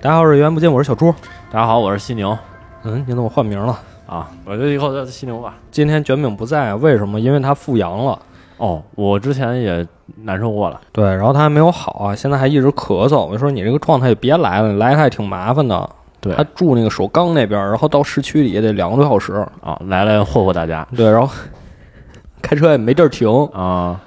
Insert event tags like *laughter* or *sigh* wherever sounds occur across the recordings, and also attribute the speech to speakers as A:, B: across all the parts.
A: 大家好，我是源不见，我是小朱。
B: 大家好，我是犀牛
A: 嗯，你怎么换名了？
B: 啊，我就以后叫犀牛吧。
A: 今天卷饼不在，啊为什么？因为他复阳了。
B: 哦，我之前也难受过了，
A: 对，然后他还没有好啊，现在还一直咳嗽。我说你这个状态也别来了，你来他也挺麻烦的。
B: 对
A: 他住那个首钢那边，然后到市区里也得两个多小时。
B: 啊，来来霍霍大家
A: 对， *laughs* 然后开车也没地儿停，
B: 啊，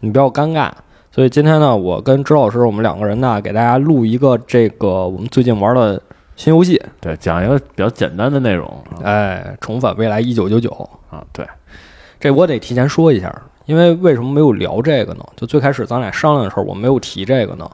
A: 你比较尴尬。所以今天呢，我跟周老师我们两个人呢，给大家录一个这个我们最近玩的新游戏，
B: 对，讲一个比较简单的内容啊
A: 哎，《重返未来一九九九》。
B: 啊，对，
A: 这我得提前说一下，因为为什么没有聊这个呢？就最开始咱俩商量的时候，我没有提这个呢，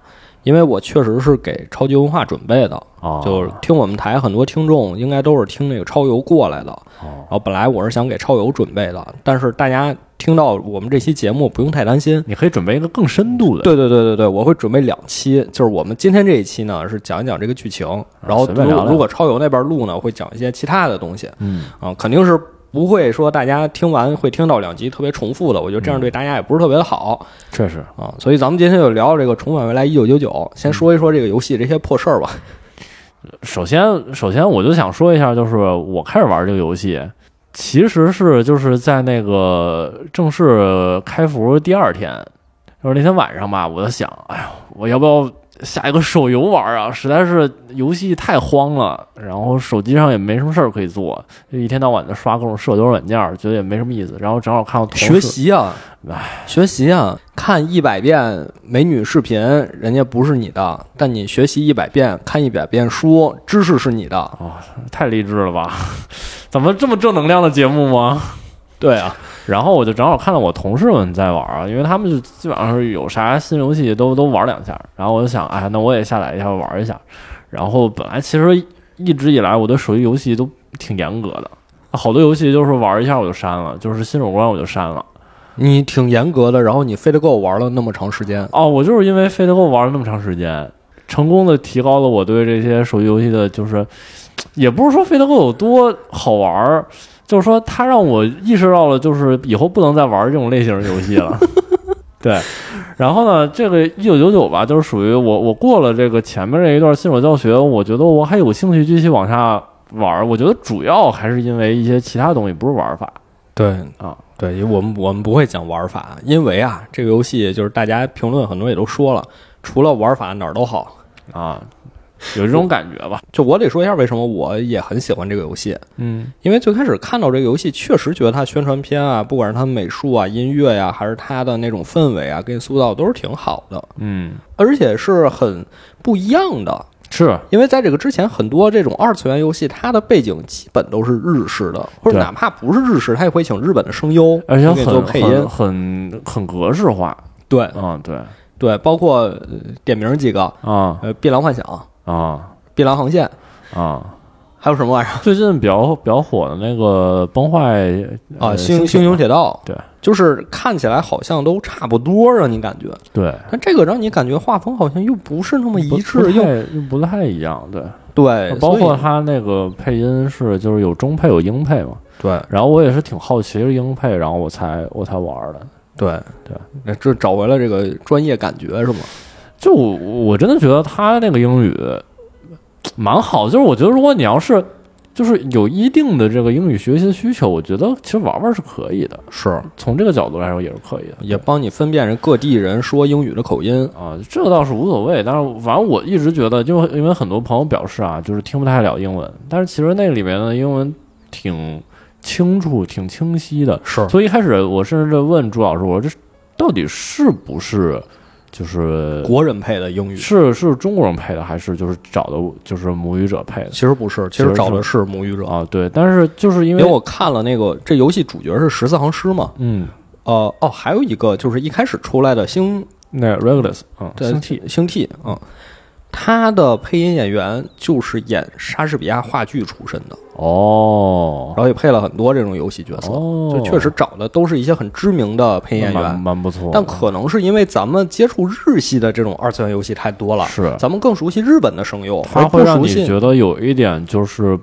A: 因为我确实是给超级文化准备的，
B: 哦，
A: 就是听我们台很多听众应该都是听那个超游过来的，
B: 哦，
A: 然后本来我是想给超游准备的，但是大家听到我们这期节目不用太担心。
B: 你可以准备一个更深度的，
A: 对对对对对，我会准备两期，就是我们今天这一期呢是讲一讲这个剧情，然后
B: 啊
A: 如
B: 随便聊
A: 果
B: 聊
A: 如果超游那边录呢，会讲一些其他的东西。
B: 嗯，
A: 啊，肯定是不会说大家听完会听到两集特别重复的，我觉得这样对大家也不是特别的好
B: 确实，
A: 啊。所以咱们今天就聊这个《重返未来一九九九》，先说一说这个游戏这些破事儿吧。
B: 首先，首先我就想说一下，就是我开始玩这个游戏，其实是就是在那个正式开服第二天，就是那天晚上吧，我就想，哎呦，我要不要下一个手游玩啊？实在是游戏太荒了，然后手机上也没什么事儿可以做，就一天到晚的刷各种社交软件，觉得也没什么意思。然后正好看到同
A: 学
B: 事，
A: 习啊，学习啊，看一百遍美女视频，人家不是你的，但你学习一百遍，看一百遍书，知识是你的。
B: 太励志了吧？ *laughs* 怎么这么正能量的节目吗？
A: 对啊，
B: 然后我就正好看到我同事们在玩儿，因为他们就基本上是有啥新游戏都都玩两下。然后我就想，哎，那我也下载一下玩一下。然后本来其实一直以来我对手机游戏都挺严格的，好多游戏就是玩一下我就删了，就是新手关我就删了。
A: 你挺严格的，然后你非得给我玩了那么长时间。
B: 哦，我就是因为非得跟我玩了那么长时间，成功的提高了我对这些手机游戏的，就是也不是说非得跟有多好玩儿，就是说它让我意识到了，就是以后不能再玩这种类型的游戏了。 *laughs* 对，然后呢，这个一九九九吧，就是属于我我过了这个前面这一段新手教学，我觉得我还有兴趣继续往下玩儿。我觉得主要还是因为一些其他东西，不是玩法。
A: 对
B: 啊，
A: 对，因为我们我们不会讲玩法，因为啊，这个游戏就是大家评论很多也都说了，除了玩法哪儿都好。
B: 啊，有这种感觉吧？
A: 就我得说一下为什么我也很喜欢这个游戏，
B: 嗯，
A: 因为最开始看到这个游戏，确实觉得它宣传片啊，不管是它美术啊、音乐呀、还是它的那种氛围啊，给你塑造都是挺好的，
B: 嗯，
A: 而且是很不一样的。
B: 是
A: 因为在这个之前，很多这种二次元游戏，它的背景基本都是日式的，或者
B: 对
A: 哪怕不是日式，它也会请日本的声优，
B: 而且
A: 给你做
B: 很
A: 配音
B: 很。很很格式化，
A: 对，
B: 嗯，对，
A: 对，包括、呃点名几个，
B: 啊
A: 呃，《碧蓝幻想》《
B: 啊
A: 碧蓝航线》，
B: 啊！
A: 还有什么玩意儿
B: 最近比较比较火的那个崩坏
A: 啊？《
B: 呃
A: 星
B: 星
A: 星穹铁道》
B: 对，
A: 就是看起来好像都差不多，让你感觉，
B: 对，
A: 但这个让你感觉画风好像又不是那么一
B: 不不
A: 致，
B: 太
A: 又
B: 又不太一样，对，
A: 对，
B: 包括
A: 所以
B: 他那个配音是就是有中配有英配嘛，
A: 对
B: 然后我也是挺好奇是英配，然后我才我才玩儿的，
A: 对
B: 对
A: 对，这找回了这个专业感觉是吗？
B: 就我我真的觉得他那个英语蛮好，就是我觉得如果你要是就是有一定的这个英语学习的需求，我觉得其实玩玩是可以的，
A: 是，
B: 从这个角度来说也是可以的，
A: 也帮你分辨人各地人说英语的口音。
B: 啊，这个倒是无所谓，但是反正我一直觉得，就因为很多朋友表示啊，就是听不太了英文，但是其实那里面的英文挺清楚、挺清晰的。
A: 是
B: 所以一开始我甚至问朱老师，我说这到底是不是就是
A: 国人配的英语，
B: 是是中国人配的，还是就是找的就是母语者配的
A: 其实不是，其
B: 其
A: 实
B: 实
A: 找
B: 是
A: 的是母语者，
B: 啊？对，但是就是因
A: 因
B: 为
A: 为我看了那个这游戏主角是十四行诗嘛，
B: 嗯，
A: 呃，哦，还有一个就是一开始出来的星
B: 那 Regulus 啊，
A: 对
B: 星 T
A: 星 T 啊，他的配音演员就是演莎士比亚话剧出身的，
B: 哦
A: 然后也配了很多这种游戏角色，
B: 哦，
A: 就确实找的都是一些很知名的配音演
B: 蛮
A: 员。
B: 蛮不错的，
A: 但可能是因为咱们接触日系的这种二次元游戏太多了，
B: 是
A: 咱们更熟悉日本的声优，
B: 它
A: 而
B: 会
A: 不
B: 让
A: 熟
B: 你
A: 悉。
B: 觉得有一点就是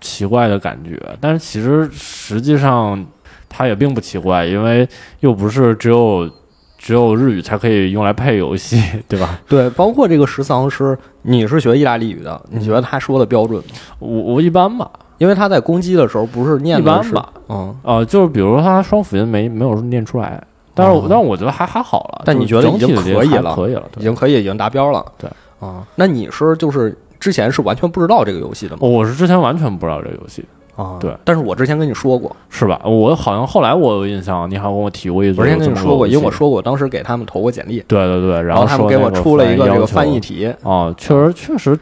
B: 奇怪的感觉，但是其实实际上它也并不奇怪，因为又不是只有只有日语才可以用来配游戏，对
A: *laughs*
B: 吧？
A: 对，包括这个十四行诗，你是学意大利语的，你觉得他说的标准吗？
B: 我我一般吧，
A: 因为他在攻击的时候不是念
B: 一
A: 的
B: 般
A: 是，
B: 吧，
A: 嗯，
B: 呃，就是比如说它双辅音没没有念出来，但是我、
A: 哦
B: 但是我觉得还还好了，
A: 但
B: 就
A: 你觉得已经
B: 整体的
A: 可以
B: 还
A: 了
B: 可以了，
A: 已
B: 对。
A: 经可以，已经达标了。
B: 对，
A: 啊，那你是就是之前是完全不知道这个游戏的吗？
B: 我是之前完全不知道这个游戏，
A: 啊，
B: 对，
A: 但是我之前跟你说过，
B: 是吧？我好像后来我有印象，你好像跟我提过一
A: 我
B: 嘴，
A: 之前跟你说过，因为我
B: 说。
A: 说过，我当时给他们投过简历，
B: 对对对，然
A: 后
B: 后
A: 他们
B: 说
A: 给
B: 那
A: 我出了一个
B: 翻
A: 这
B: 要
A: 个
B: 求
A: 翻译题。
B: 哦，确实确实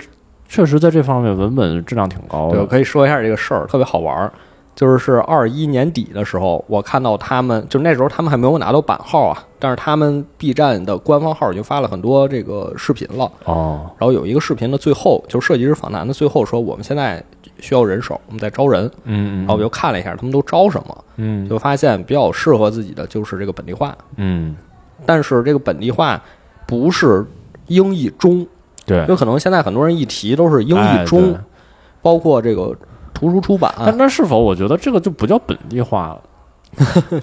B: 确实在这方面文本质量挺高
A: 对，我
B: 的。
A: 可以说一下这个事儿，特别好玩儿。就是是二一年底的时候，我看到他们，就那时候他们还没有拿到版号啊，但是他们 B 站的官方号已经发了很多这个视频了。
B: 哦，
A: 然后有一个视频的最后，就是设计师访谈的最后说，我们现在需要人手，我们在招人。
B: 嗯
A: 然后我就看了一下他们都招什么，
B: 嗯
A: 就发现比较适合自己的就是这个本地化，
B: 嗯，
A: 但是这个本地化不是英译中，
B: 对，
A: 有可能现在很多人一提都是英
B: 哎
A: 译中，
B: 对哎
A: 包括这个图书出版，
B: 但那是否我觉得这个就不叫本地化
A: *laughs*
B: 了？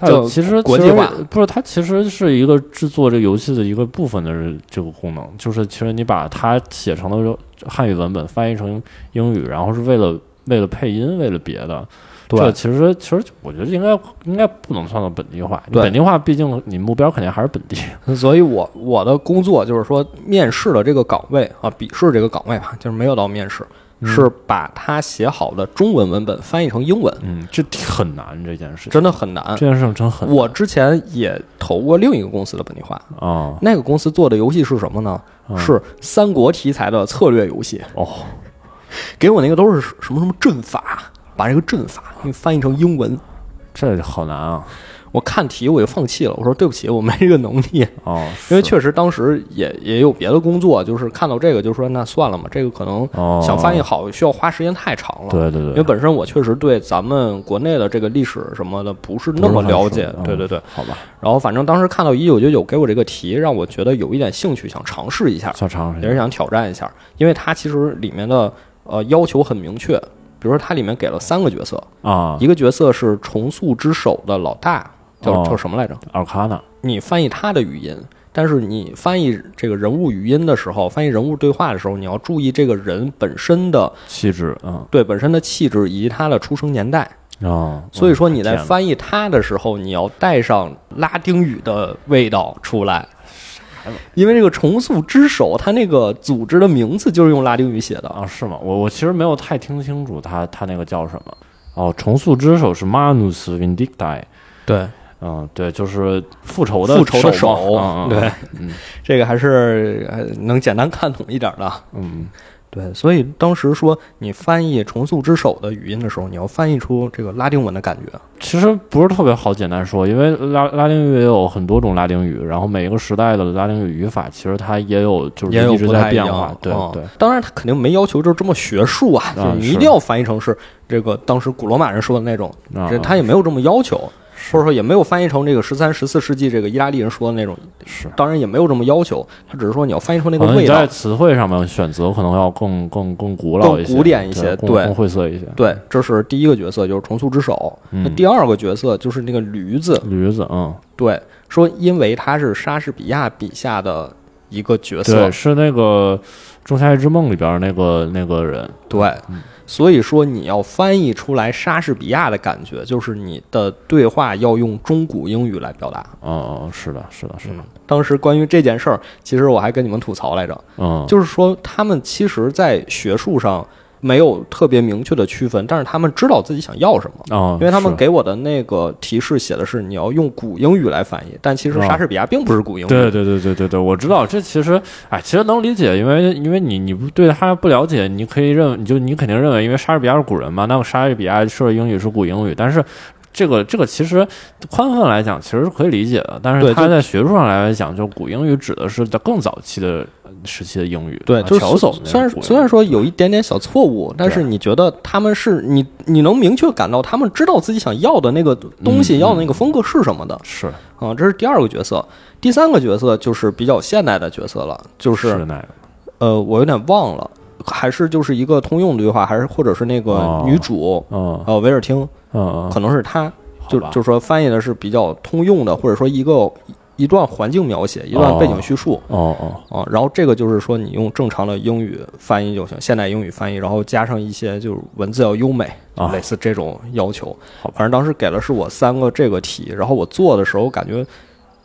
B: 它有其实
A: 国
B: 其实
A: 际化
B: 不是，它其实是一个制作这个游戏的一个部分的这个功能，就是其实你把它写成了汉语文本翻译成英语，然后是为了为了配音，为了别的，这
A: 对
B: 其实其实我觉得应该应该不能算到本地化，你
A: 对
B: 本地化毕竟你目标肯定还是本地。
A: 所以我我的工作就是说，面试的这个岗位啊，笔试这个岗位吧，就是没有到面试，
B: 嗯
A: 是把它写好的中文文本翻译成英文，
B: 嗯，这挺很难这件事情，
A: 真的很难。
B: 这件事情真很难
A: 我之前也投过另一个公司的本地化，
B: 啊、
A: 那个公司做的游戏是什么呢？
B: 嗯
A: 是三国题材的策略游戏。
B: 哦，
A: 给我那个都是什么什么阵法，把这个阵
B: 啊
A: 法给你翻译成英文。
B: 这好难啊
A: 我看题我就放弃了，我说对不起，我没这个能力。
B: 哦，
A: 因为
B: 是
A: 确实当时也也有别的工作，就是看到这个就说那算了嘛，这个可能
B: 哦
A: 想翻译好需要花时间太长了。
B: 对对
A: 因
B: 对
A: 为，本身我确实对咱们国内的这个历史什么的不是那么了解
B: 不是很
A: 对
B: 熟，嗯
A: 对对。
B: 好吧，
A: 然后反正当时看到一九九九给我这个题，让我觉得有一点兴趣，想尝试一下。
B: 算长时
A: 也是
B: 间，
A: 想挑战一下，因为它其实里面的呃要求很明确，比如说它里面给了三个角色，
B: 啊，
A: 一个角色是重塑之手的老大，叫、
B: 哦
A: 叫什么来着？
B: 尔卡纳
A: 你翻译他的语音，但是你翻译这个人物语音的时候，翻译人物对话的时候，你要注意这个人本身的
B: 气质，嗯
A: 对本身的气质以及他的出生年代。
B: 啊，
A: 哦所以
B: 嗯
A: 说你在
B: 天哪
A: 翻译他的时候，你要带上拉丁语的味道出来。因为这个重塑之手，它那个组织的名字就是用拉丁语写的啊。
B: 啊是吗？我我其实没有太听清楚他他那个叫什么哦，重塑之手是 Manus Vindicti，
A: 对，
B: 嗯，对，就是复仇的
A: 复仇的啊
B: 手嘛，嗯嗯
A: 对，
B: 嗯
A: *laughs* 这个还是呃能简单看懂一点的。
B: 嗯，
A: 对，所以当时说你翻译《重塑之手》的语音的时候，你要翻译出这个拉丁文的感觉。
B: 其实不是特别好简单说，因为拉拉丁语也有很多种拉丁语，然后每一个时代的拉丁语语法其实它也有就是
A: 也有
B: 一直
A: 不
B: 在
A: 太一
B: 变
A: 样
B: 化，对
A: 哦
B: 对，
A: 当然，他肯定没要求就这么学术啊，就是你一
B: 是
A: 定要翻译成是这个当时古罗马人说的那种，
B: 啊
A: 这他也没有这么要求，
B: 是
A: 或者说也没有翻译成这个十三、十四世纪这个意大利人说的那种，
B: 是
A: 当然也没有这么要求，他只是说你要翻译出那个
B: 可能
A: 味
B: 你
A: 道
B: 在。词汇上面选择可能要更更更古老一些、
A: 更古典一些
B: 更
A: 对
B: 更晦涩一些。
A: 对，这是第一个角色，就是重塑之手。那
B: 嗯，
A: 第二个角色就是那个驴子，
B: 驴子，嗯，
A: 对，说因为他是莎士比亚笔下的一个角色
B: 对，，是那个《仲夏夜之梦》里边那个那个人，
A: 对，
B: 嗯
A: 所以说你要翻译出来莎士比亚的感觉，就是你的对话要用中古英语来表达。
B: 嗯，嗯是的，是的，是的，
A: 当时关于这件事儿，其实我还跟你们吐槽来着，
B: 嗯，
A: 就是说他们其实，在学术上没有特别明确的区分，但是他们知道自己想要什么。
B: 嗯，
A: 因为他们
B: 是
A: 给我的那个提示写的是你要用古英语来翻译，但其实
B: 啊
A: 莎士比亚并不是古英语。
B: 对对对对对对，我知道，这其实哎，其实能理解，因为因为你你不对他不了解，你可以认你就你肯定认为，因为莎士比亚是古人嘛，那么莎士比亚说的英语是古英语，但是。这个这个其实宽泛来讲，其实是可以理解的，但
A: 对
B: 是它
A: 就
B: 在学术上来讲，就古英语指的是在更早期的时期的英语，
A: 对，
B: 啊
A: 就是
B: 乔叟那
A: 虽
B: 是
A: 然
B: 古英语
A: 虽然说有一点点小错误，但
B: 对啊
A: 是你觉得他们是你你能明确感到他们知道自己想要的那个东西，
B: 嗯
A: 要的那个风格是什么的
B: 是
A: 啊？这是第二个角色，第三个角色就是比较现代的角色了，就是是
B: 那个
A: 呃，我有点忘了，还是就是一个通用对话，还是或者是那个
B: 哦
A: 女主
B: 嗯
A: 呃维尔汀，
B: 嗯嗯，
A: 可能是她，
B: 好
A: 就
B: 吧
A: 就说翻译的是比较通用的，或者说一个一段环境描写，一段背景叙述
B: 哦哦，
A: 啊。然后这个就是说，你用正常的英语翻译就行，现代英语翻译，然后加上一些就是文字要优美，就
B: 啊
A: 类似这种要求
B: 好吧。
A: 反正当时给了是我三个这个题，然后我做的时候感觉，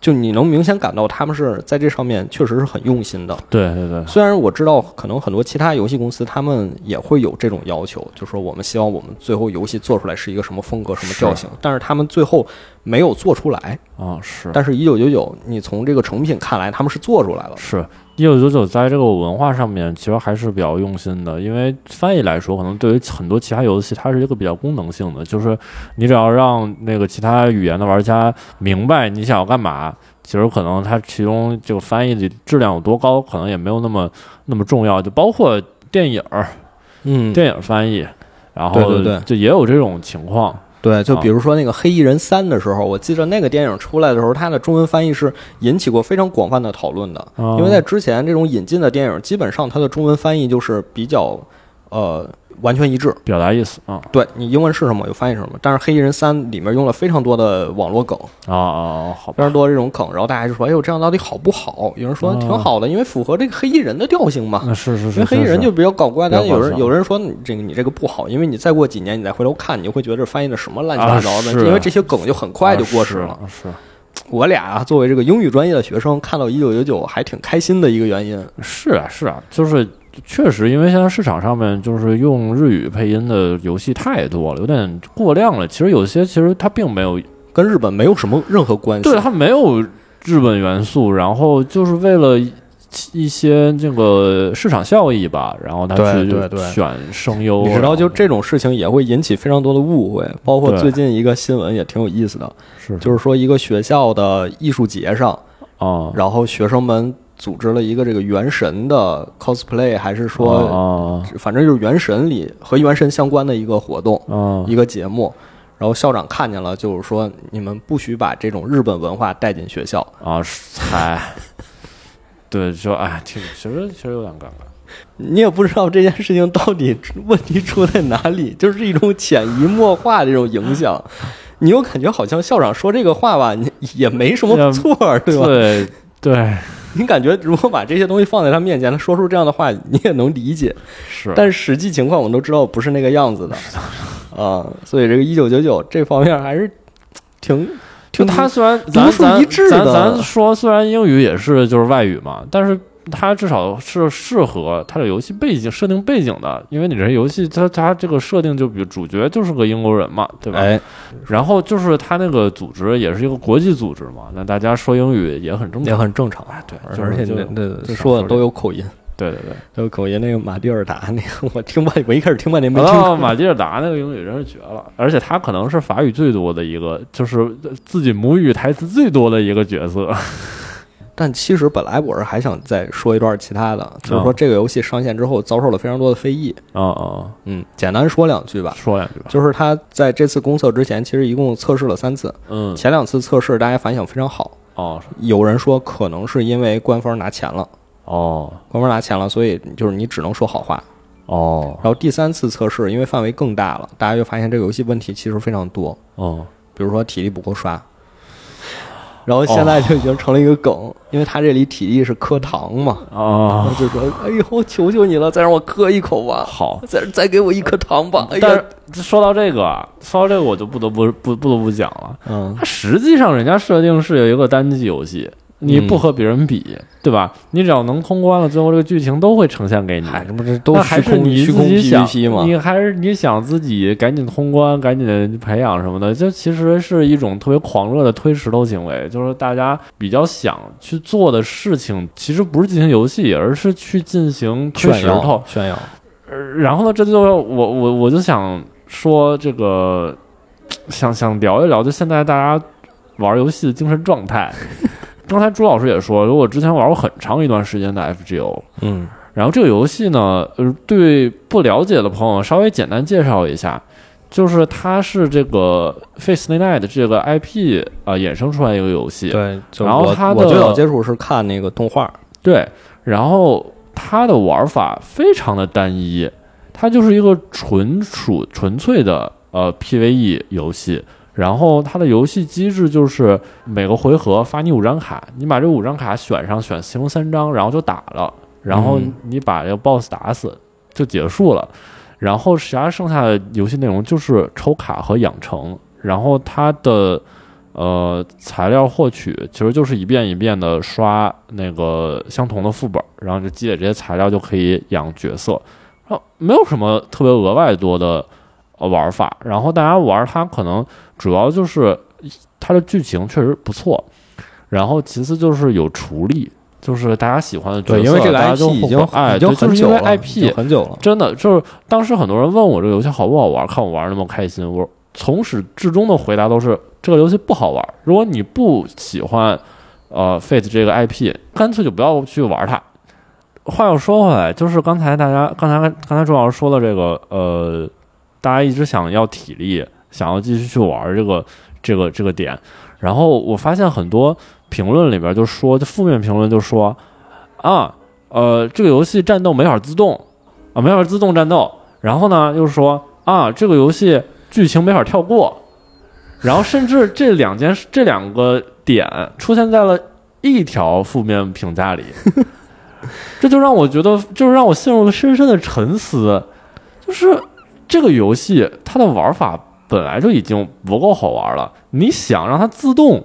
A: 就你能明显感到他们是在这上面确实是很用心的。
B: 对对对，
A: 虽然我知道可能很多其他游戏公司他们也会有这种要求，就说我们希望我们最后游戏做出来是一个什么风格、什么调性，但是他们最后没有做出来。
B: 啊是
A: 但是，一九九九，你从这个成品看来，他们是做出来了。
B: 是。一九九九在这个文化上面其实还是比较用心的，因为翻译来说，可能对于很多其他游戏，它是一个比较功能性的，就是你只要让那个其他语言的玩家明白你想要干嘛，其实可能它其中这个翻译的质量有多高，可能也没有那么那么重要。就包括电影儿，
A: 嗯，
B: 电影翻译，然后
A: 对对对
B: 就也有这种情况。
A: 对，就
B: 啊
A: 比如说那个《黑衣人三》的时候，我记得那个电影出来的时候，它的中文翻译是引起过非常广泛的讨论的，
B: 因
A: 因为在之前这种引进的电影，基本上它的中文翻译就是比较呃完全一致。
B: 表达意思啊
A: 对你英文是什么我就翻译什么。但是《黑衣人三》里面用了非常多的网络梗，
B: 啊啊，好
A: 非
B: 吧，
A: 常多这种梗，然后大家就说：“哎呦，这样到底好不好？”有人说
B: 哦
A: 挺好的，因为符合这个黑衣人的调性嘛。
B: 那是是
A: 因
B: 是，
A: 为黑衣
B: 是
A: 人就比较搞怪，
B: 比较
A: 但是有人
B: 搞笑
A: 有人说你这个你这个不好，因为你再过几年你再回头看，你就会觉得这翻译的什么乱七八糟的，
B: 啊是
A: 因为这些梗就很快就过时了。
B: 啊是
A: 我俩啊作为这个英语专业的学生，看到一九九九还挺开心的一个原因。
B: 是啊是啊，就是确实，因为现在市场上面就是用日语配音的游戏太多了，有点过量了。其实有些其实它并没有，
A: 跟日本没有什么任何关系
B: 对，它没有日本元素，然后就是为了。一些这个市场效益吧，然后他
A: 对
B: 去
A: 对对
B: 选声优，啊
A: 你知
B: 然
A: 道，
B: 后
A: 就这种事情也会引起非常多的误会，包括
B: 对
A: 最近一个新闻也挺有意思的，
B: 是
A: 就是说一个学校的艺术节上，
B: 啊
A: 然后学生们组织了一个这个《原神》的 cosplay，还是说，
B: 啊
A: 反正就是《原神》里和《原神》相关的一个活动，
B: 啊啊
A: 一个节目。然后校长看见了，就是说你们不许把这种日本文化带进学校。
B: 啊，才，对，就哎，挺其实其实有点尴尬。
A: 你也不知道这件事情到底问题出在哪里，就是一种潜移默化的这种影响。你又感觉好像校长说这个话吧，你也没什么嗯错儿，对吧？
B: 对对
A: 你感觉如果把这些东西放在他面前，他说出这样的话，你也能理解。
B: 是，
A: 但是实际情况我们都知道不是那个样子的，啊、所以这个一九九九这方面还是挺
B: 就
A: 挺
B: 他虽然
A: 独
B: 嗯咱
A: 树
B: 咱
A: 一帜
B: 咱
A: 的
B: 咱说虽然英语也是就是外语嘛，但是它至少是适合它的游戏背景设定背景的，因为你这游戏它它这个设定就比如主角就是个英国人嘛，对吧？
A: 哎
B: 然后就是他那个组织也是一个国际组织嘛，那大家说英语也很正
A: 也
B: 常。
A: 很正常，
B: 哎，对，就是
A: 而且
B: 就
A: 那
B: 就
A: 那
B: 少
A: 说
B: 说
A: 的都有口音，
B: 对对对。
A: 都有口音。那个马蒂尔达，那个我听半，我一开始听半天没听
B: 哦，
A: 过。
B: 马蒂尔达那个英语真是绝了，而且他可能是法语最多的一个，就是自己母语台词最多的一个角色。
A: *laughs*
B: *laughs*
A: 但其实本来我是还想再说一段其他的，就是说
B: 啊
A: 这个游戏上线之后遭受了非常多的非议。
B: 啊啊、
A: 嗯，简单说两句
B: 啊
A: 吧，
B: 说两句吧。
A: 就是它在这次公测之前，其实一共测试了三次，
B: 嗯，
A: 前两次测试大家反响非常好。
B: 哦是
A: 有人说可能是因为官方拿钱了，
B: 哦
A: 官方拿钱了，所以就是你只能说好话。
B: 哦
A: 然后第三次测试，因为范围更大了，大家就发现这个游戏问题其实非常多，
B: 哦，
A: 比如说体力不够刷。然后现在就已经成了一个梗，因为它这里体力是磕糖嘛，
B: 啊
A: 我，就说：“哎呦，我求求你了，再让我磕一口吧，
B: 好。
A: 再再给我一颗糖吧。”哎
B: 但
A: 呀，
B: 是说到这个啊，说到这个，我就不得不不不得不讲了。
A: 嗯，
B: 它实际上人家设定是有一个单机游戏，你不和别人比，对吧？你只要能通关了，最后这个剧情都会呈现给你。
A: 嗨，这不是
B: 嗯那
A: 都
B: 还
A: 虚
B: 是
A: 空
B: 你
A: 虚
B: 自
A: 空
B: 己想
A: PVP 吗？
B: 你还是你想自己赶紧通关，赶紧培养什么的，这其实是一种特别狂热的推石头行为。就是大家比较想去做的事情，其实不是进行游戏，而是去进行推
A: 炫
B: 石头
A: 耀。炫耀，
B: 呃然后呢，这就我我我就想说这个，想想聊一聊，就现在大家玩游戏的精神状
A: *laughs*
B: 态。刚才朱老师也说，如果之前玩过很长一段时间的 FGO，
A: 嗯，
B: 然后这个游戏呢，呃，对不了解的朋友稍微简单介绍一下，就是它是这个 Face the Night 这个 IP 啊、呃、衍生出来一个游戏，
A: 对。就
B: 然后
A: 我
B: 它
A: 我
B: 的
A: 最早接触是看那个动画，
B: 对，然后它的玩法非常的单一，它就是一个纯属纯粹的呃 PVE 游戏。然后它的游戏机制就是每个回合发你五张卡，你把这五张卡选上，选其中三张，然后就打了，然后
A: 嗯
B: 你把这个 BOSS 打死就结束了。然后其他剩下的游戏内容就是抽卡和养成，然后它的呃材料获取其实就是一遍一遍的刷那个相同的副本，然后就积累这些材料就可以养角色，然后没有什么特别额外多的呃玩法。然后大家玩它可能主要就是它的剧情确实不错，然后其次就是有厨力。就是大家喜欢的角色，
A: 对，因为这个
B: 大家就
A: IP 已
B: 互
A: 经
B: 换哎，
A: 已经
B: 对
A: 很
B: 就是因
A: 久
B: 为
A: 了
B: IP
A: 已经很久了。
B: 真的就是当时很多人问我这个游戏好不好玩，看我玩那么开心，我从始至终的回答都是这个游戏不好玩。如果你不喜欢呃 Fate 这个 IP，干脆就不要去玩它。话又说回来，就是刚才大家刚才刚才朱老师说的这个呃，大家一直想要体力，想要继续去玩这个这个这个点，然后我发现很多评论里边就说，就负面评论就说啊，呃，这个游戏战斗没法自动，啊，没法自动战斗。然后呢，又说啊，这个游戏剧情没法跳过。然后甚至这两件事这两个点出现在了一条负面评价里，这就让我觉得，就是让我陷入了深深的沉思，就是这个游戏它的玩法本来就已经不够好玩了，你想让它自动，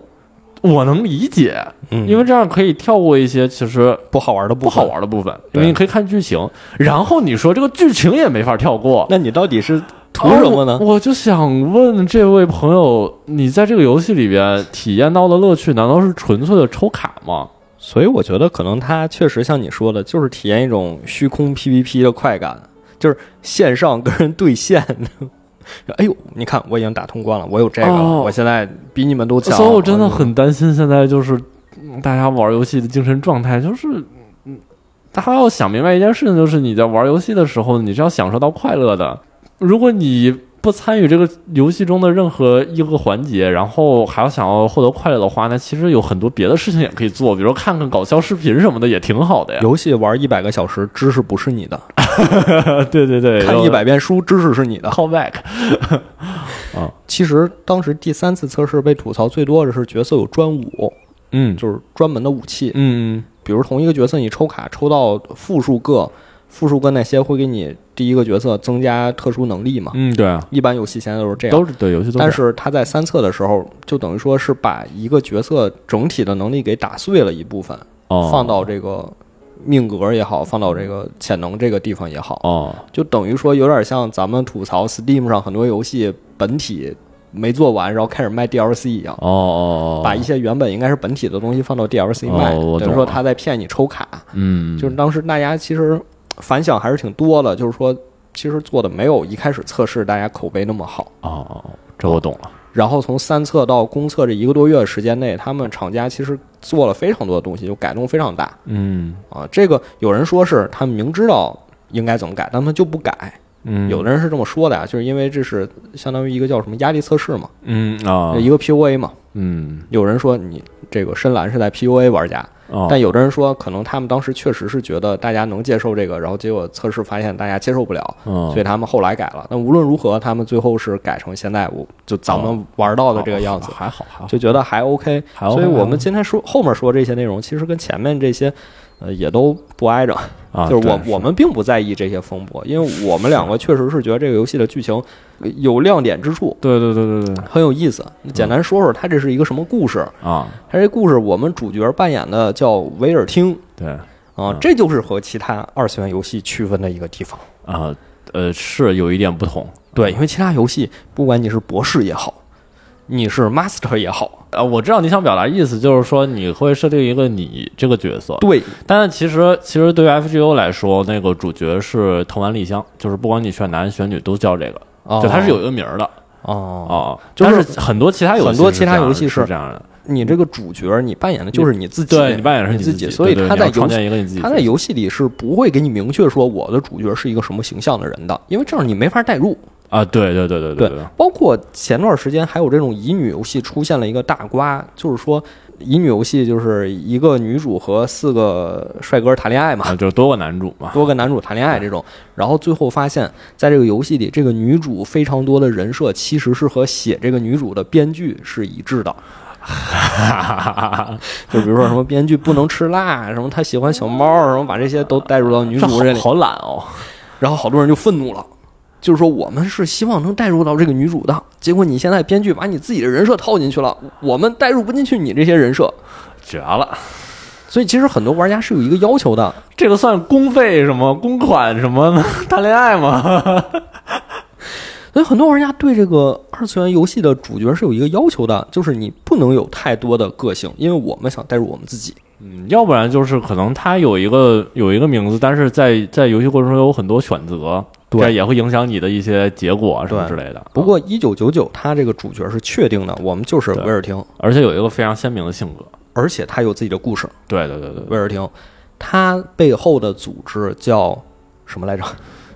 B: 我能理解，
A: 嗯
B: 因为这样可以跳过一些其实
A: 不好玩的
B: 不
A: 不
B: 好。玩的部分，因
A: 对
B: 为你可以看剧情。然后你说这个剧情也没法跳过，
A: 那你到底是图什么
B: 哦
A: 呢？
B: 我我就想问这位朋友，你在这个游戏里边体验到的乐趣，难道是纯粹的抽卡吗？
A: 所以我觉得可能它确实像你说的，就是体验一种虚空 PVP 的快感，就是线上跟人对线 *laughs* 的。哎呦，你看我已经打通关了，我有这个了，
B: 哦
A: 我现在比你们都强。啊
B: 所以我真的很担心，现在就是嗯大家玩游戏的精神状态，就是嗯，大家要想明白一件事情，就是你在玩游戏的时候，你是要享受到快乐的。如果你不参与这个游戏中的任何一个环节，然后还要想要获得快乐的话，那其实有很多别的事情也可以做，比如看看搞笑视频什么的，也挺好的呀。
A: 游戏玩一百个小时，知识不是你的；
B: *laughs* 对对对，
A: 看一百遍书，知识是你的。 *laughs* 啊
B: callback，
A: 其实当时第三次测试被吐槽最多的是角色有专武，
B: 嗯
A: 就是专门的武器，
B: 嗯
A: 比如同一个角色你抽卡抽到复数个，复数个那些会给你第一个角色增加特殊能力嘛。
B: 嗯，对啊，
A: 一般游戏现在都是这样，
B: 都是对游戏都
A: 但
B: 是
A: 是他在三测的时候，就等于说是把一个角色整体的能力给打碎了一部分，
B: 哦
A: 放到这个命格也好，放到这个潜能这个地方也好，
B: 哦
A: 就等于说有点像咱们吐槽 Steam 上很多游戏本体没做完，然后开始卖 DLC 一样
B: 哦，哦，
A: 把一些原本应该是本体的东西放到 DLC 卖，
B: 哦我懂
A: 等于说
B: 了
A: 他在骗你抽卡。
B: 嗯
A: 就是当时大家其实反响还是挺多的，就是说其实做的没有一开始测试大家口碑那么好。
B: 哦哦，这我懂了。
A: 然后从三测到公测这一个多月时间内，他们厂家其实做了非常多的东西，就改动非常大
B: 嗯
A: 啊。这个有人说是他们明知道应该怎么改，但他们就不改。
B: 嗯，
A: 有的人是这么说的呀、啊就是因为这是相当于一个叫什么压力测试嘛，
B: 嗯啊，
A: 一个 PUA 嘛。
B: 嗯
A: 有人说你这个深蓝是在 PUA 玩家，
B: 哦，
A: 嗯但有的人说可能他们当时确实是觉得大家能接受这个，然后结果测试发现大家接受不了，所
B: 嗯
A: 以他们后来改了。但无论如何，他们最后是改成现在我就咱们玩到的这个样子。
B: 哦还好还好，
A: 就觉得还 OK，
B: 还 OK，
A: 所以我们
B: 还
A: 今天说后面说这些内容，其实跟前面这些，呃，也都不挨着。
B: 好啊，
A: 就是我
B: 对
A: 我们并不在意这些风波，因为我们两个确实是觉得这个游戏的剧情呃有亮点之处，
B: 对对对对对
A: 很有意思。简单说说它这是一个什么故事？
B: 啊，
A: 它这故事我们主角扮演的叫维尔汀
B: 对
A: 啊，这就是和其他二次元游戏区分的一个地方。
B: 啊呃是有一点不同
A: 对，因为其他游戏不管你是博士也好，你是 master 也好，
B: 啊，我知道你想表达意思就是说你会设定一个你这个角色，
A: 对，
B: 但是其实其实对于 FGO 来说，那个主角是藤丸丽香，就是不管你选男选女都叫这个，
A: 哦
B: 就他是有一个名儿的
A: 哦
B: 哦，
A: 就
B: 但
A: 是
B: 是很多其他游戏
A: 很多
B: 是
A: 其他
B: 这样
A: 游
B: 的
A: 戏
B: 是
A: 是
B: 这样的，
A: 你这个主角，你扮演的就是你自己，
B: 对你扮演的是
A: 你
B: 自
A: 己，
B: 己，
A: 所以
B: 对对
A: 他
B: 你
A: 在
B: 要
A: 游
B: 创
A: 戏
B: 建一个你自己
A: 他
B: 的
A: 在
B: 角
A: 游戏里是不会给你明确说我的主角是一个什么形象的人的，因为这样你没法代入。
B: 色啊，对对对对
A: 对
B: 对对，
A: 包括前段时间还有这种乙女游戏出现了一个大瓜，就是说乙女游戏就是一个女主和四个帅哥谈恋爱嘛，
B: 啊，就是多个男主嘛，
A: 多个男主谈恋爱这种，然后最后发现，在这个游戏里，这个女主非常多的人设其实是和写这个女主的编剧是一致的， *laughs* 就比如说什么编剧不能吃辣，什么她喜欢小猫，什么把这些都带入到女
B: 这
A: 主这里，
B: 好好懒哦，
A: 然后好多人就愤怒了。就是说，我们是希望能带入到这个女主的，结果你现在编剧把你自己的人设套进去了，我们带入不进去你这些人设，
B: 绝了！
A: 所以其实很多玩家是有一个要求的，
B: 这个算公费什么公款什么谈恋爱吗？
A: 所以很多玩家对这个二次元游戏的主角是有一个要求的，就是你不能有太多的个性，因为我们想带入我们自己。
B: 嗯，要不然就是可能他有一个有一个名字，但是在在游戏过程中有很多选择，
A: 对
B: 这也会影响你的一些结果啊什么之类的。
A: 不，过一九九九它这个主角是确定的，我们就是
B: 对
A: 威尔汀，
B: 而且有一个非常鲜明的性格。
A: 而且他有自己的故事。
B: 对对对对，对
A: 威尔汀，他背后的组织叫什么来着？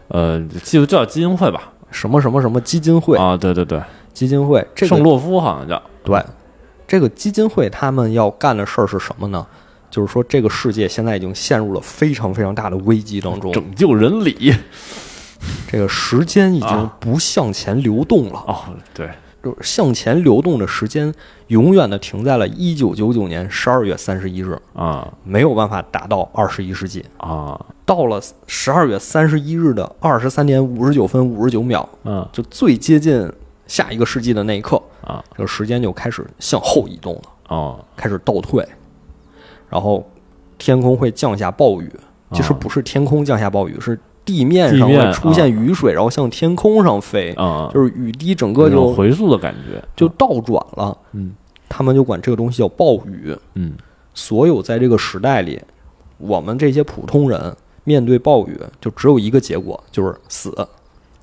B: 呃，记住叫基金会吧？
A: 什么什么什么基金会？
B: 啊，对对对，
A: 基金会这
B: 圣
A: 个
B: 洛夫好像叫。
A: 对，这个基金会他们要干的事儿是什么呢？就是说，这个世界现在已经陷入了非常非常大的危机当中，
B: 拯救人理
A: 这个时间已经
B: 啊
A: 不向前流动了，
B: 哦，对，
A: 就是向前流动的时间永远的停在了1999年12月31日，
B: 啊
A: 没有办法达到21世纪。
B: 啊，
A: 到了12月31日的23点59分59秒，
B: 嗯
A: 就最接近下一个世纪的那一刻，
B: 啊
A: 这个时间就开始向后移动了，
B: 哦，
A: 开始倒退，然后天空会降下暴雨。其实
B: 啊
A: 不是天空降下暴雨，是地面上
B: 地面啊
A: 会出现雨水，然后向天空上飞。
B: 嗯，
A: 就是雨滴整
B: 有
A: 个
B: 一种
A: 就
B: 回溯的感觉，
A: 就倒转了。
B: 嗯
A: 他们就管这个东西叫暴雨。
B: 嗯
A: 所有在这个时代里，我们这些普通人面对暴雨，就只有一个结果，就是死，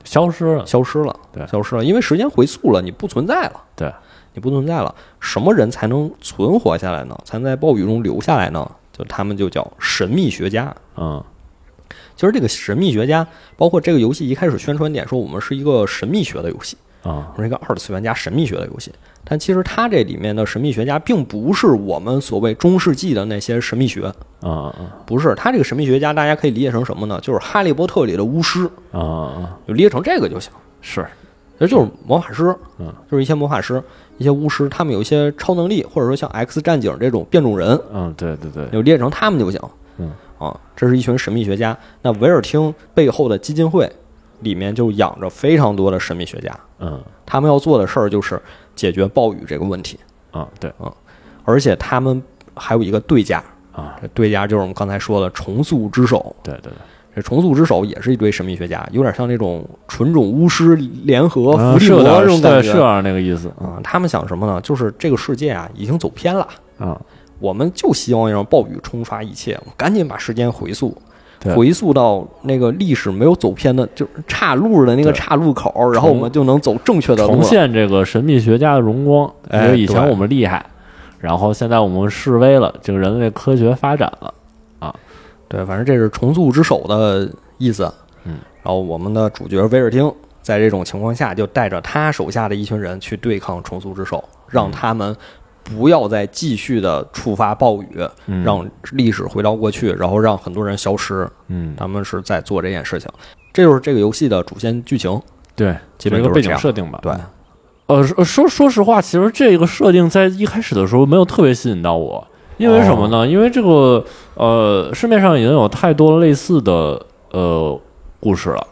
B: 消失了，
A: 消失了，
B: 对
A: 消失了，因为时间回溯了，你不存在了，
B: 对，
A: 你不存在了。什么人才能存活下来呢？才能在暴雨中留下来呢？就他们就叫神秘学家。
B: 嗯
A: 其实这个神秘学家，包括这个游戏一开始宣传点说我们是一个神秘学的游戏，
B: 啊
A: 是一个二次元加神秘学的游戏。但其实它这里面的神秘学家并不是我们所谓中世纪的那些神秘学，
B: 啊啊
A: 不是。它这个神秘学家，大家可以理解成什么呢？就是《哈利波特》里的巫师，
B: 啊啊，
A: 就理解成这个就行。
B: 是，
A: 那就是魔法师，
B: 嗯，
A: 就是一些魔法师、一些巫师，他们有一些超能力，或者说像 X 战警这种变种人，
B: 嗯，对对对，
A: 就列成他们就行。
B: 嗯，
A: 啊，这是一群神秘学家。那维尔汀背后的基金会里面就养着非常多的神秘学家，
B: 嗯
A: 他们要做的事儿就是解决暴雨这个问题，
B: 啊对
A: 而且他们还有一个对家，
B: 啊
A: 这对家就是我们刚才说的重塑之手。
B: 对对对，
A: 这重塑之手也是一堆神秘学家，有点像那种纯种巫师联合伏
B: 嗯
A: 地
B: 是有
A: 魔
B: 点
A: 这
B: 儿
A: 种
B: 是对
A: 感觉
B: 是有。点儿那个意思
A: 啊、他们想什么呢？就是这个世界啊，已经走偏了，
B: 啊，
A: 我们就希望让暴雨冲刷一切，我们赶紧把时间回溯
B: 对，
A: 回溯到那个历史没有走偏的，就是岔路的那个
B: 对
A: 岔路口，然后我们就能走正确的路
B: 重
A: 了。
B: 现这个神秘学家的荣光，因
A: 哎
B: 为以前
A: 对
B: 我们厉害，然后现在我们示威了，这个人类科学发展了，
A: 对，反正这是重塑之手的意思。
B: 嗯，
A: 然后我们的主角威尔汀在这种情况下，就带着他手下的一群人去对抗重塑之手，
B: 嗯
A: 让他们不要再继续的触发暴雨，
B: 嗯
A: 让历史回到过去，然后让很多人消失。
B: 嗯
A: 他们是在做这件事情。这就是这个游戏的主线剧情，
B: 对，
A: 基
B: 有
A: 本
B: 一
A: 就是
B: 个背
A: 这
B: 景
A: 样。
B: 设定吧，
A: 对，
B: 呃，说说说实话，其实这个设定在一开始的时候没有特别吸引到我，因为什么
A: 哦
B: 呢？因为这个呃，市面上已经有太多类似的呃故事了，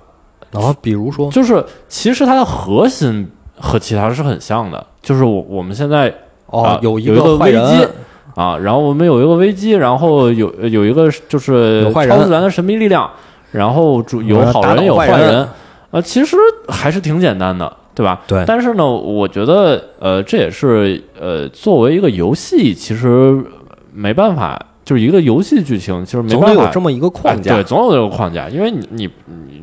A: 然后比如说，
B: 就是其实它的核心和其他是很像的，就是我我们现在
A: 哦
B: 啊，
A: 一
B: 有一个
A: 坏
B: 危机
A: 人，
B: 啊，然后我们有一个危机，然后有有一个就是
A: 有坏人
B: 超自然的神秘力量，然后主有
A: 呃
B: 好
A: 打倒
B: 人有
A: 坏
B: 坏
A: 人
B: 人，啊，其实还是挺简单的，对吧？
A: 对
B: 但是呢，我觉得呃，这也是呃，作为一个游戏，其实没办法，就是一个游戏剧情，其实没
A: 总
B: 办
A: 得
B: 法
A: 有这么一个框架。
B: 哎对，总有这个框架，因为你你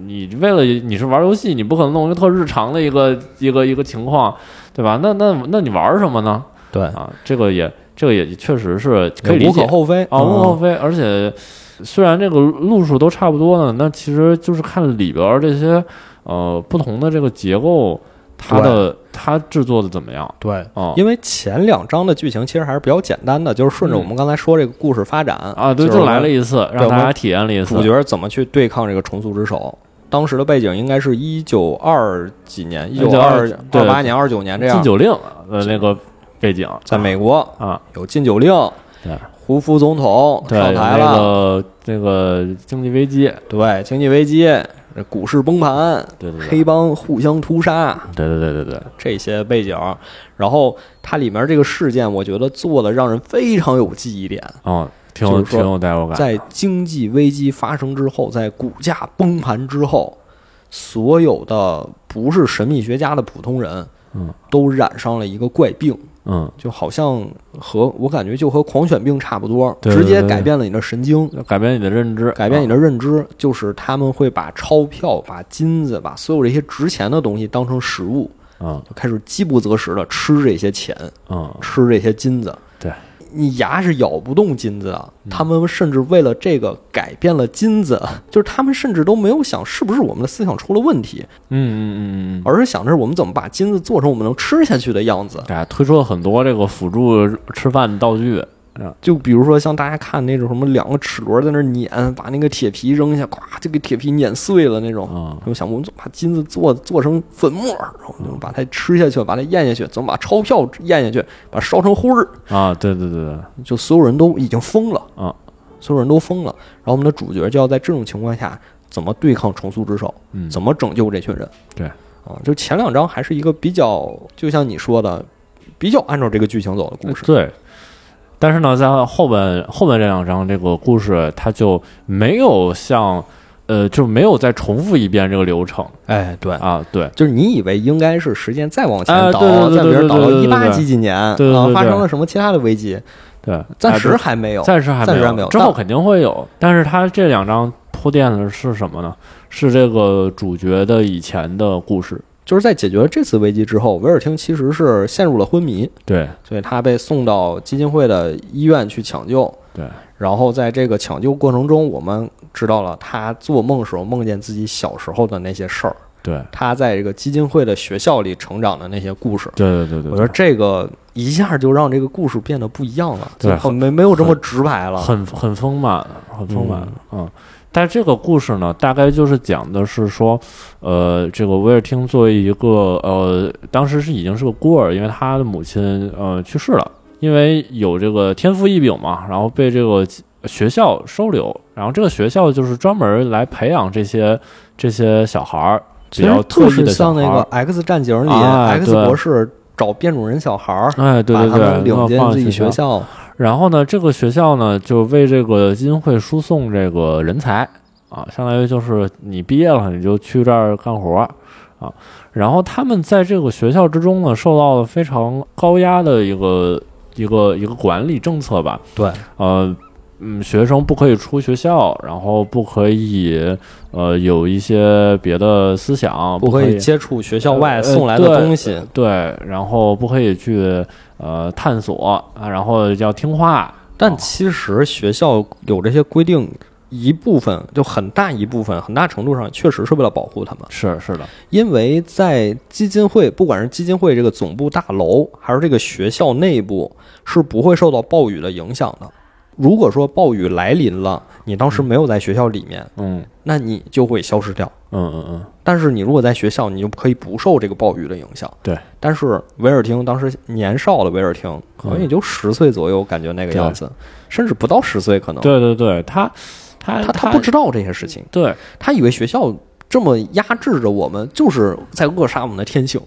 B: 你你为了你是玩游戏，你不可能弄一个特日常的一个一个一个情况，对吧？那那那你玩什么呢？
A: 对
B: 啊，这个也这个也确实是可以理
A: 无
B: 解
A: 可厚非
B: 啊，无可厚
A: 嗯
B: 非。而且虽然这个路数都差不多呢，那其实就是看里边儿这些呃不同的这个结构，它的它制作的怎么样
A: 对，
B: 啊？
A: 因为前两章的剧情其实还是比较简单的，就是顺着我们刚才说这个故事发展
B: 啊，对，
A: 就是
B: 就来了一次，让
A: 我
B: 大
A: 们
B: 家体验了一次
A: 主。角怎么去对抗这个虫族之手。当时的背景应该是一九二几年，一九二
B: 1929对
A: 二八年、二九年这
B: 禁
A: 样，
B: 酒令的那个背景，
A: 在美国
B: 啊，
A: 有禁酒令，
B: 对
A: 胡夫总统
B: 对，
A: 上台了，
B: 那个那个经济危机，
A: 对经济危机、这股市崩盘、
B: 对对对
A: 黑帮互相屠杀，
B: 对对对对对，
A: 这些背景，然后它里面这个事件，我觉得做的让人非常有记忆点。
B: 哦，挺有
A: 就是
B: 挺
A: 说
B: 有代入感，
A: 在经济危机发生之后，在股价崩盘之后，所有的不是神秘学家的普通人，
B: 嗯，
A: 都染上了一个怪病，
B: 嗯，
A: 就好像和我感觉就和狂犬病差不多，
B: 对对
A: 直接
B: 对
A: 改变了你的神经。
B: 改变你的认知，
A: 改变你
B: 的
A: 的认知，就是他们会把钞票、把金子、把所有这些值钱的东西当成食物，
B: 嗯
A: 就开始饥不择食的吃这些钱。
B: 嗯，
A: 吃这些金子。
B: 对，
A: 你牙是咬不动金子的。他们甚至为了这个改变了金子， *laughs* 就是他们甚至都没有想是不是我们的思想出了问题，
B: 嗯嗯嗯嗯嗯，
A: 而是想着我们怎么把金子做成我们能吃下去的样子。
B: 对，哎推出了很多这个辅助吃饭道具，
A: 就比如说像大家看那种什么两个齿轮在那儿碾，把那个铁皮扔下，咵就给铁皮碾碎了那种。
B: 嗯
A: 他们想，我们怎么把金子做做成粉末，然后就把它吃下去，把它咽下去，怎么把钞票咽下去，把它烧成灰儿，
B: 啊，对对对对，
A: 就所有人都已经疯了
B: 啊，
A: 所有人都疯了。然后我们的主角就要在这种情况下怎么对抗重塑之手，
B: 嗯，
A: 怎么拯救这群人。
B: 对
A: 啊，就前两章还是一个比较，就像你说的，比较按照这个剧情走的故事。
B: 对，但是呢，在后半后半这两章，这个故事它就没有像呃，就没有再重复一遍这个流程
A: 哎，对，
B: 啊。对，
A: 就是你以为应该是时间再往前
B: 哎
A: 倒，
B: 对对对
A: 再比如
B: 对对
A: 倒到
B: 对对
A: 一八
B: 对
A: 几几年
B: 对对
A: 啊
B: 对，
A: 发
B: 对
A: 生了什么其他的危机，
B: 对，
A: 暂
B: 哎
A: 时还没有。
B: 暂时还
A: 暂时
B: 有，
A: 还没有
B: 之
A: 但
B: 后肯定会有。但是它这两章铺垫的是什么呢？是这个主角的以前的故事。
A: 就是在解决了这次危机之后，维尔汀其实是陷入了昏迷，
B: 对
A: 所以他被送到基金会的医院去抢救。
B: 对，
A: 然后在这个抢救过程中，我们知道了他做梦时候梦见自己小时候的那些事儿，
B: 对
A: 他在这个基金会的学校里成长的那些故事。
B: 对对对对，
A: 我觉得这个一下就让这个故事变得不一样了，
B: 对
A: 就很没没有这么直白了。
B: 很很丰满，很丰满，嗯。但这个故事呢，大概就是讲的是说，呃，这个威尔汀作为一个呃，当时是已经是个孤儿，因为他的母亲呃去世了，因为有这个天赋异禀嘛，然后被这个学校收留，然后这个学校就是专门来培养这些这些小孩儿，比
A: 其实
B: 较
A: 特
B: 特异
A: 是
B: 的小
A: 像
B: 孩
A: 那个
B: 儿
A: 《X 战警》里、
B: 啊
A: X
B: 对
A: 博士找变种人小孩儿，
B: 哎，对对
A: 把他
B: 对，
A: 们领进
B: 放
A: 自己
B: 学
A: 学校。
B: 然后呢，这个学校呢就为这个基金会输送这个人才啊，相当于就是你毕业了你就去这儿干活儿啊。然后他们在这个学校之中呢，受到了非常高压的一个一个一个管理政策吧，
A: 对，
B: 呃，嗯，学生不可以出学校，然后不可以呃有一些别的思想，
A: 不
B: 不
A: 可
B: 以
A: 以接触学校外
B: 呃
A: 送来的
B: 对
A: 东西。
B: 对，然后不可以去呃探索啊，然后要听话。
A: 但其实学校有这些规定，一部分就很大一部分，很大程度上确实是为了保护他们，
B: 是是的，
A: 因为在基金会，不管是基金会这个总部大楼，还是这个学校内部，是不会受到暴雨的影响的。如果说暴雨来临了，你当时没有在学校里面，
B: 嗯
A: 那你就会消失掉。
B: 嗯嗯嗯，
A: 但是你如果在学校，你就可以不受这个暴雨的影响。
B: 对。
A: 但是维尔汀当时年少的维尔汀，可能也就十岁左右，感觉那个样子，甚至不到十岁可能。
B: 对对对，他他
A: 他他不知道这些事情，
B: 对，
A: 他以为学校这么压制着我们，就是在扼杀我们的天性。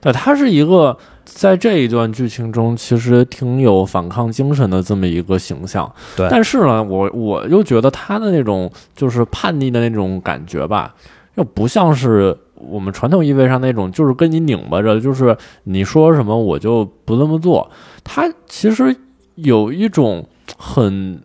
B: 对，他是一个在这一段剧情中其实挺有反抗精神的这么一个形象。
A: 对
B: 但是呢，我我又觉得他的那种就是叛逆的那种感觉吧，又不像是。我们传统意味上那种就是跟你拧巴着，就是你说什么我就不那么做。他其实有一种很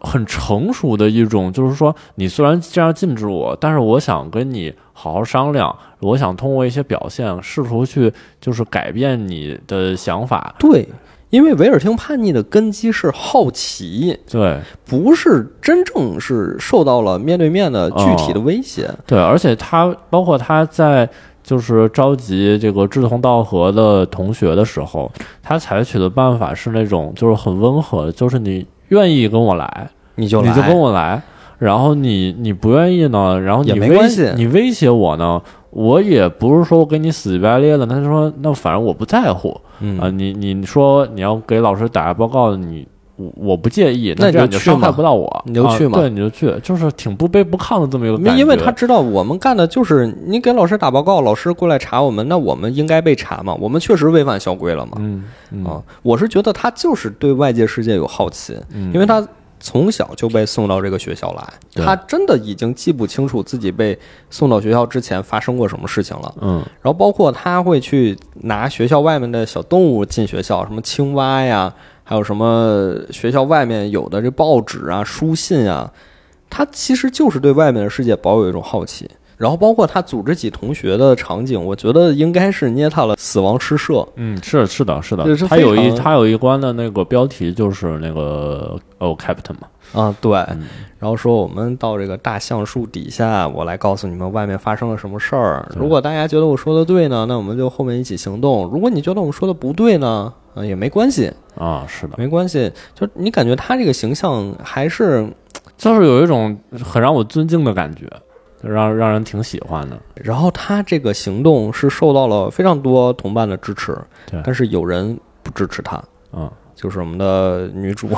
B: 很成熟的一种，就是说，你虽然这样禁止我，但是我想跟你好好商量，我想通过一些表现，试图去就是改变你的想法。
A: 对，因为维尔汀叛逆的根基是好奇，
B: 对
A: 不是真正是受到了面对面的具体的威胁。
B: 对，而且他包括他在就是召集这个志同道合的同学的时候，他采取的办法是那种就是很温和的，就是你愿意跟我来，
A: 你就
B: 你
A: 来，
B: 就跟我来，然后你你不愿意呢，然后你
A: 也没
B: 威
A: 关系
B: 你威胁我呢，我也不是说跟你死乞白赖的，他说那反正我不在乎啊、
A: 嗯，
B: 你你说你要给老师打报告，你我我不介意，
A: 那你
B: 这样
A: 就
B: 你
A: 去
B: 伤害
A: 嘛
B: 不到我，
A: 你就
B: 啊
A: 去嘛
B: 对，你就去，就是挺不卑不亢的这么一个感觉，
A: 因为他知道我们干的就是你给老师打报告，老师过来查我们，那我们应该被查嘛？我们确实违反校规了嘛？
B: 嗯嗯
A: 啊，我是觉得他就是对外界世界有好奇，
B: 嗯
A: 因为他从小就被送到这个学校来，
B: 对
A: 他真的已经记不清楚自己被送到学校之前发生过什么事情了。
B: 嗯
A: 然后包括他会去拿学校外面的小动物进学校，什么青蛙呀，还有什么学校外面有的这报纸啊、书信啊，他其实就是对外面的世界保有一种好奇。然后包括他组织起同学的场景，我觉得应该是捏他了死亡诗社，
B: 嗯，是是的，是
A: 对
B: 的，
A: 是
B: 他
A: 非
B: 有一
A: 常
B: 他有一关的那个标题就是那个哦 Captain 嘛，
A: 啊，对，
B: 嗯
A: 然后说我们到这个大橡树底下，我来告诉你们外面发生了什么事儿。
B: 对
A: 如果大家觉得我说的对呢，那我们就后面一起行动；如果你觉得我们说的不对呢，啊，也没关系，
B: 啊，是的，
A: 没关系。就你感觉他这个形象还是
B: 就是有一种很让我尊敬的感觉，就让让人挺喜欢的。
A: 然后他这个行动是受到了非常多同伴的支持
B: 对，
A: 但是有人不支持他，
B: 嗯
A: 就是我们的女主， *laughs*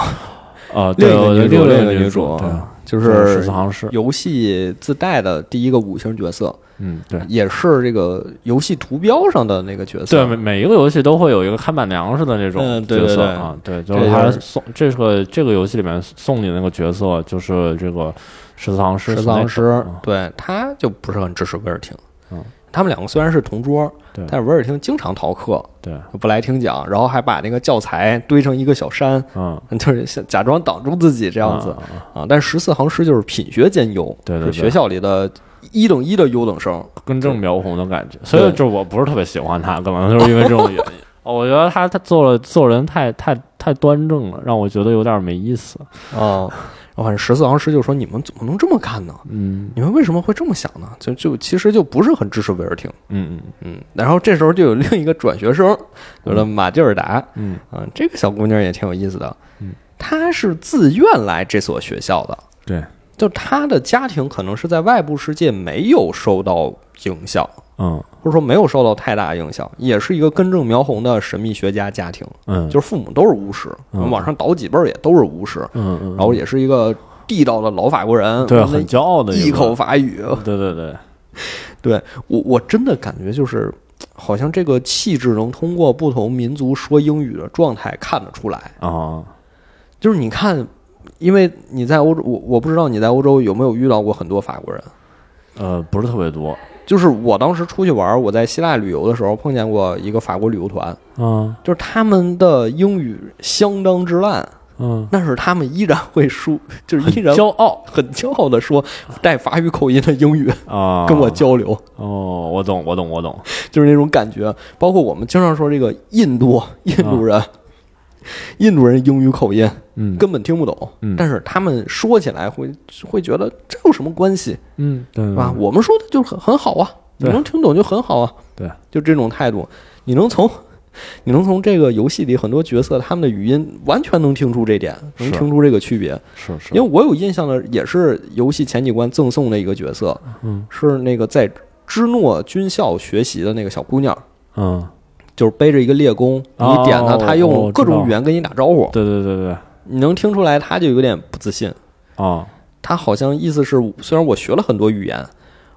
B: 啊，
A: 另
B: 对，
A: 一个
B: 我的
A: 女
B: 另
A: 主，
B: 一
A: 另一个
B: 个女
A: 主啊
B: 对，，
A: 就
B: 就是十
A: 是
B: 四行诗，
A: 游戏自带的第一个五星角色，
B: 嗯，对。
A: 也是这个游戏图标上的那个角色。
B: 对，每每一个游戏都会有一个看板娘似的那种
A: 嗯对
B: 角
A: 对
B: 色
A: 对
B: 啊，对，就
A: 这
B: 是
A: 就
B: 他
A: 是
B: 送这个这个游戏里面送你的那个角色就是这个十四行诗，
A: 十藏师
B: 嗯，
A: 对，他就不是很支持维尔汀。
B: 嗯，
A: 他们两个虽然是同桌，
B: 对
A: 但是维尔汀经常逃课，
B: 对，
A: 不来听讲，然后还把那个教材堆成一个小山， *laughs*
B: 嗯，
A: 就是想假装挡住自己这
B: 这
A: 样子
B: 啊、啊
A: 啊。但十四行诗就是品学兼优，
B: 对对对
A: 是学校里的一等一的优等生。
B: 根正苗红的感觉，所以就是我不是特别喜欢他，可能就是因为这种原
A: *laughs*
B: 因。哦，我觉得他他做了做人太太太端正了，让我觉得有点没意思。
A: 啊，然后反正十四行诗就说：“你们怎么能这么干呢？
B: 嗯
A: 你们为什么会这么想呢？”就就其实就不是很支持维尔汀。
B: 嗯
A: 嗯，然后这时候就有另一个转学生，叫做马蒂尔达，
B: 嗯
A: 啊，这个小姑娘也挺有意思的，
B: 嗯，
A: 她是自愿来这所学校的，
B: 对，
A: 就她的家庭可能是在外部世界没有受到影响，
B: 嗯
A: 或者说没有受到太大影响，也是一个根正苗红的神秘学家家庭，
B: 嗯，
A: 就是父母都是巫师，我
B: 嗯
A: 们往上倒几辈儿也都是巫师，
B: 嗯嗯，
A: 然后也是一个地道的老法国人，
B: 对
A: 我们
B: 很骄傲的
A: 一
B: 个
A: 口，法语，
B: 对对对，
A: 我我真的感觉就是，好像这个气质能通过不同民族说英语的状态看得出来。
B: 啊
A: 就是你看，因为你在欧洲，我我不知道你在欧洲有没有遇到过很多法国人。
B: 呃不是特别多，
A: 就是我当时出去玩，我在希腊旅游的时候碰见过一个法国旅游团，
B: 嗯
A: 就是他们的英语相当之烂，
B: 嗯，
A: 但是他们依然会说，就是依
B: *laughs*
A: 然
B: 骄傲
A: 很骄傲的说带法语口音的英语
B: 啊，
A: 跟我交流。
B: 哦，我懂我懂我懂，
A: 就是那种感觉。包括我们经常说这个印度
B: 啊
A: 印度人，印度人英语口音
B: 嗯
A: 根本听不懂，
B: 嗯
A: 但是他们说起来会会觉得这有什么关系
B: 嗯对
A: 是吧？我们说的就很很好啊，你
B: 对
A: 能听懂就很好啊，
B: 对，
A: 就这种态度，你能从。 *laughs* 你能从这个游戏里很多角色他们的语音完全能听出这点，能
B: 是
A: 听出这个区别。
B: 是是，
A: 因为我有印象的也是游戏前几关赠送的一个角色，
B: 嗯
A: 是那个在芝诺军校学习的那个小姑娘，
B: 嗯
A: 就是背着一个猎弓，
B: 哦
A: 你点他，他用
B: 我知道
A: 各种语言跟你打招呼，
B: 对对对对
A: 你能听出来他就有点不自信。
B: 啊
A: 他好像意思是，虽然我学了很多语言，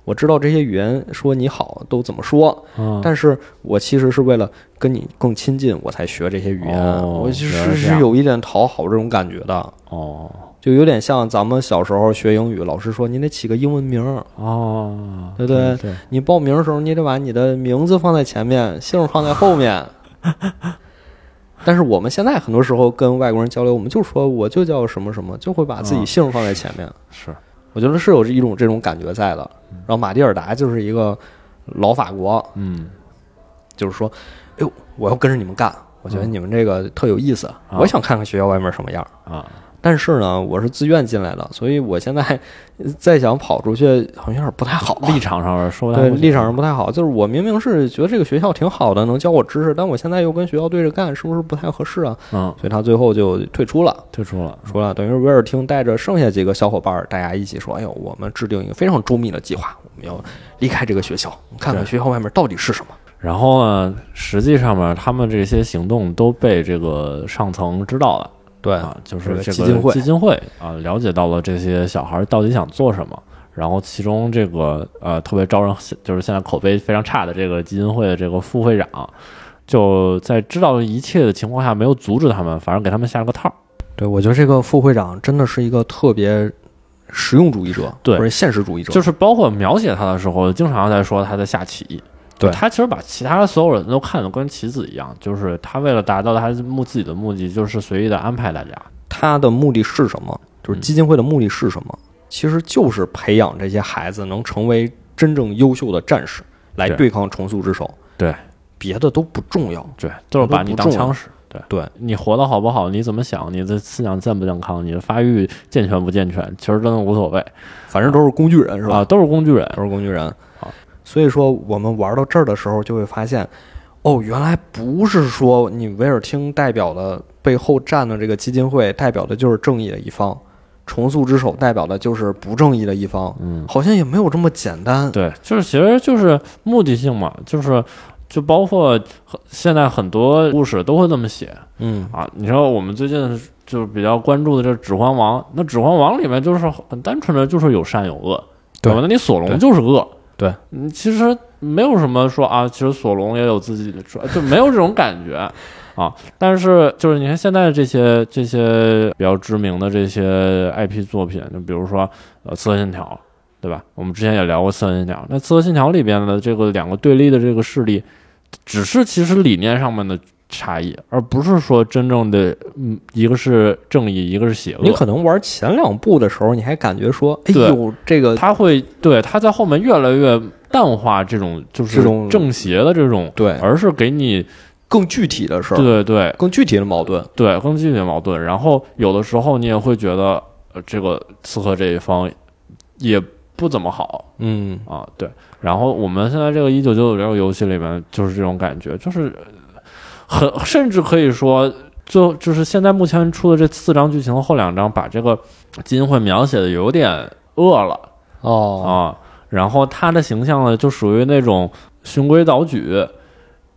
A: 我知道这些语言说你好都怎么说，
B: 嗯
A: 但是我其实是为了跟你更亲近，我才学这些语言。
B: 哦
A: 我其
B: 原来
A: 实
B: 是这样
A: 是有一点讨好这种感觉的，
B: 哦
A: 就有点像咱们小时候学英语，老师说你得起个英文名儿，
B: 哦
A: 对对
B: 对。
A: 你报名的时候，你得把你的名字放在前面，姓儿放在后面。 *laughs* 但是我们现在很多时候跟外国人交流，我们就说我就叫什么什么，就会把自己姓儿放在前面。
B: 是，
A: 我觉得是有一种这种感觉在的。然后马蒂尔达就是一个老法国，
B: 嗯
A: 就是说，哎呦，我要跟着你们干，我觉得你们这个特有意思，
B: 嗯
A: 我想看看学校外面什么样。
B: 啊，
A: 但是呢，我是自愿进来的，所以我现在 *laughs* 呃再想跑出去，好像有点不太好。啊
B: 立场上说不太
A: 对
B: 过去
A: 立场上不太好，就是我明明是觉得这个学校挺好的，能教我知识，但我现在又跟学校对着干，是不是不太合适啊？
B: 嗯
A: 所以他最后就退出了。
B: 退出了，
A: 出来，等于是威尔汀带着剩下几个小伙伴儿，大家一起说：“哎呦，我们制定一个非常周密的计划，我们要离开这个学校，看看
B: 对
A: 学校外面到底是什么。
B: 然后呢，实际上面他们这些行动都被这个上层知道了。”
A: 对
B: 啊，就是这个
A: 基金会
B: 基金会啊，了解到了这些小孩到底想做什么。然后，其中这个呃特别招人，就是现在口碑非常差的这个基金会的这个副会长，就在知道一切的情况下，没有阻止他们，反而给他们下了个套儿。
A: 对，我觉得这个副会长真的是一个特别实用主义者，
B: 对
A: 或者现实主义者，
B: 就是包括描写他的时候，经常在说他在下棋。
A: 对
B: 他其实把其他所有人都看得跟棋子一样，就是他为了达到他目自己的目的，就是随意的安排大家。
A: 他的目的是什么？就是
B: 嗯
A: 基金会的目的是什么？其实就是培养这些孩子能成为真正优秀的战士，来
B: 对
A: 对抗重塑之手。
B: 对，
A: 别的都不重要。
B: 对，就是把你当
A: 都不重
B: 枪
A: 要
B: 使。对
A: 对，
B: 你活得好不好，你怎么想，你的思想健不健康，你的发育健全不健全，其实真的无所谓
A: 反正都是工具人，是吧？
B: 啊，都啊是工具人。
A: 都是工具人
B: 好。
A: 所以说，我们玩到这儿的时候，就会发现，哦，原来不是说你维尔汀代表的背后站的这个基金会代表的就是正义的一方，重塑之手代表的就是不正义的一方，
B: 嗯，
A: 好像也没有这么简单。
B: 对，就是其实就是目的性嘛，就是就包括很现在很多故事都会这么写
A: 嗯，
B: 啊。你说我们最近就是比较关注的这《指环王》，那《指环王》里面就是很单纯的就是有善有恶，
A: 对
B: 吧？那你索隆
A: 对
B: 就是恶，
A: 对
B: 嗯，其实没有什么说啊，其实索隆也有自己的主，就没有这种感觉啊。但是就是你看现在这些这些比较知名的这些 IP 作品，就比如说呃《刺客信条》，对吧？我们之前也聊过《刺客信条》，那《刺客信条》里边的这个两个对立的这个势力，只是其实理念上面的。差异，而不是说真正的，嗯，一个是正义，一个是邪恶。
A: 你可能玩前两部的时候，你还感觉说，哎
B: 对
A: 呦，这个
B: 他会对他在后面越来越淡化这种就是
A: 这种
B: 正邪的这种，
A: 对
B: 而是给你
A: 更具体的事儿，
B: 对对
A: 更具体的矛盾。嗯
B: 对更具体的矛盾。然后有的时候你也会觉得，呃，这个刺客这一方也不怎么好
A: 嗯，
B: 啊，对。然后我们现在这个一九九九这个游戏里面就是这种感觉，就是很甚至可以说。最后就是现在目前出的这四张剧情的后两张，把这个基金会描写的有点恶了，
A: 哦，
B: 啊，然后他的形象呢，就属于那种循规蹈矩，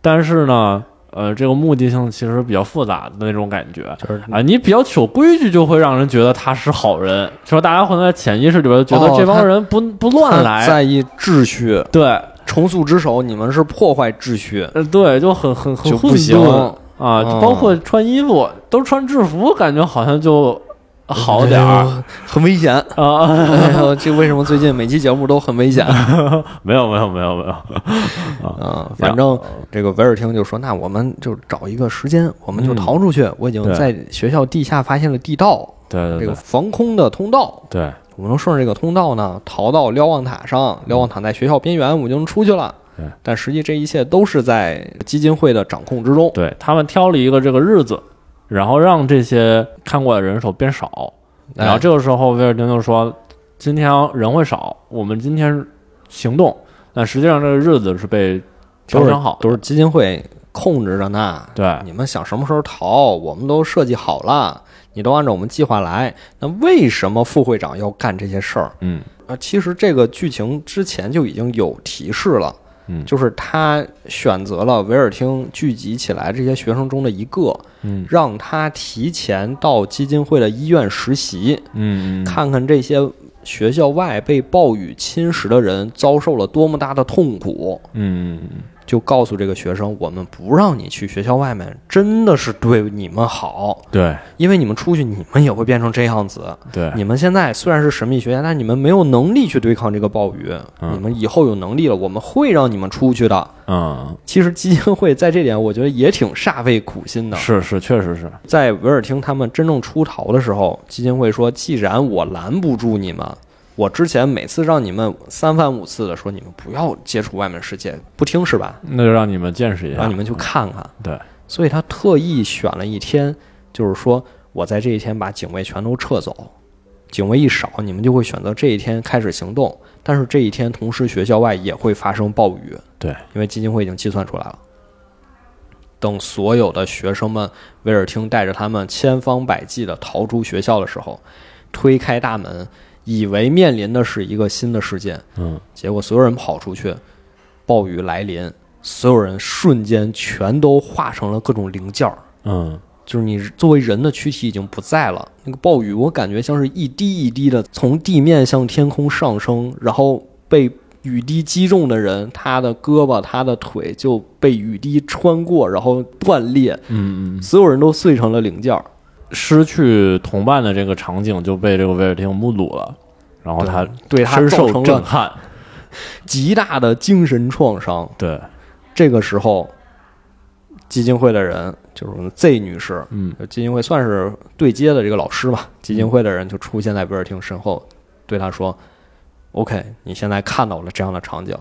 B: 但是呢，呃，这个目的性其实比较复杂的那种感觉
A: 就是
B: 啊。你比较守规矩，就会让人觉得他是好人，说大家会在潜意识里边觉得
A: 哦
B: 这帮
A: 他
B: 人不、不乱
A: 他
B: 来，
A: 在意秩序，
B: 对，
A: 重塑之手，你们是破坏秩序，
B: 呃，对，就很很很
A: 就
B: 混
A: 不行
B: 沌啊，就包
A: 嗯
B: 括穿衣服都穿制服，感觉好像就好点儿
A: 哎呦，很危险。
B: 啊。
A: 哎呦，这为什么最近每期节目都很危险啊、
B: 没有没有没有没有， *laughs*
A: 反正这个维尔汀就说：“那我们就找一个时间，我们就逃出去。我已经
B: 嗯对
A: 在学校地下发现了地道，
B: 对
A: 这
B: 对
A: 个
B: 对
A: 防空的通道。
B: 对，
A: 我们能顺着这个通道呢，逃到瞭望塔上。瞭望塔在学校边缘，我们就能出去了
B: 对。
A: 但实际这一切都是在基金会的掌控之中。
B: 对他们挑了一个这个日子，然后让这些看过来的人手变少，
A: 哎
B: 然后这个时候威尔汀就说：“今天人会少，我们今天行动。”但实际上这个日子是被调
A: 都是
B: 整好的，
A: 都是基金会控制着呢。
B: 对
A: 哎你们想什么时候逃，我们都设计好了，你都按照我们计划来。那为什么副会长要干这些事儿
B: 嗯
A: 啊？其实这个剧情之前就已经有提示了，
B: 嗯
A: 就是他选择了维尔汀聚集起来这些学生中的一个，
B: 嗯
A: 让他提前到基金会的医院实习，
B: 嗯，嗯
A: 看看这些学校外被暴雨侵蚀的人遭受了多么大的痛苦。
B: 嗯嗯嗯
A: 就告诉这个学生，我们不让你去学校外面，真的是对你们好，
B: 对
A: 因为你们出去，你们也会变成这样子。
B: 对
A: 你们现在虽然是神秘学家，但你们没有能力去对抗这个暴雨，
B: 嗯
A: 你们以后有能力了，我们会让你们出去的。
B: 嗯
A: 其实基金会在这点，我觉得也挺煞费苦心的。
B: 是是确实是
A: 在维尔汀他们真正出逃的时候，基金会说：“既然我拦不住你们，我之前每次让你们三番五次的说你们不要接触外面世界，不听是吧？
B: 那就让你们见识一下，
A: 让你们去看看。
B: 啊对
A: 所以他特意选了一天，就是说我在这一天把警卫全都撤走，警卫一少，你们就会选择这一天开始行动。但是这一天，同时学校外也会发生暴雨，
B: 对，
A: 因为基金会已经计算出来了。等所有的学生们，威尔汀带着他们千方百计地逃出学校的时候，推开大门，以为面临的是一个新的事件，
B: 嗯，
A: 结果所有人跑出去，暴雨来临，所有人瞬间全都化成了各种零件儿，
B: 嗯，
A: 就是你作为人的躯体已经不在了。那个暴雨，我感觉像是一滴一滴的从地面向天空上升，然后被雨滴击中的人，他的胳膊、他的腿就被雨滴穿过，然后断裂，
B: 嗯嗯，
A: 所有人都碎成了零件儿。
B: 失去同伴的这个场景就被这个威尔汀目睹了，然后他
A: 对他
B: 深
A: 造
B: 受
A: 成
B: 震
A: 了
B: 撼，
A: 极大的精神创伤。
B: 对，
A: 这个时候，基金会的人就是我们 Z 女士，
B: 嗯
A: 就呃基金会算是对接的这个老师吧。基金会的人就出现在威尔汀身后，对他说：“OK，你现在看到了这样的场景，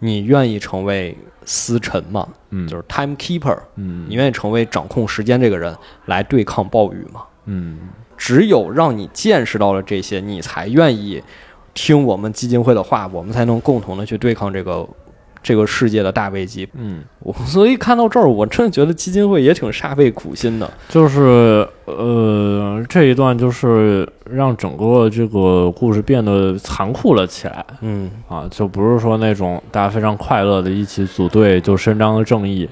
A: 你愿意成为司晨吗？
B: 嗯，
A: 就是 timekeeper，
B: 嗯
A: 你愿意成为掌控时间这个人来对抗暴雨吗？
B: 嗯
A: 只有让你见识到了这些，你才愿意听我们基金会的话，我们才能共同的去对抗这个这个世界的大危机。
B: 嗯，
A: 我所以看到这儿，我真的觉得基金会也挺煞费苦心的。
B: 就是呃这一段就是让整个这个故事变得残酷了起来
A: 嗯，
B: 啊，就不是说那种大家非常快乐的一起组队就伸张了正义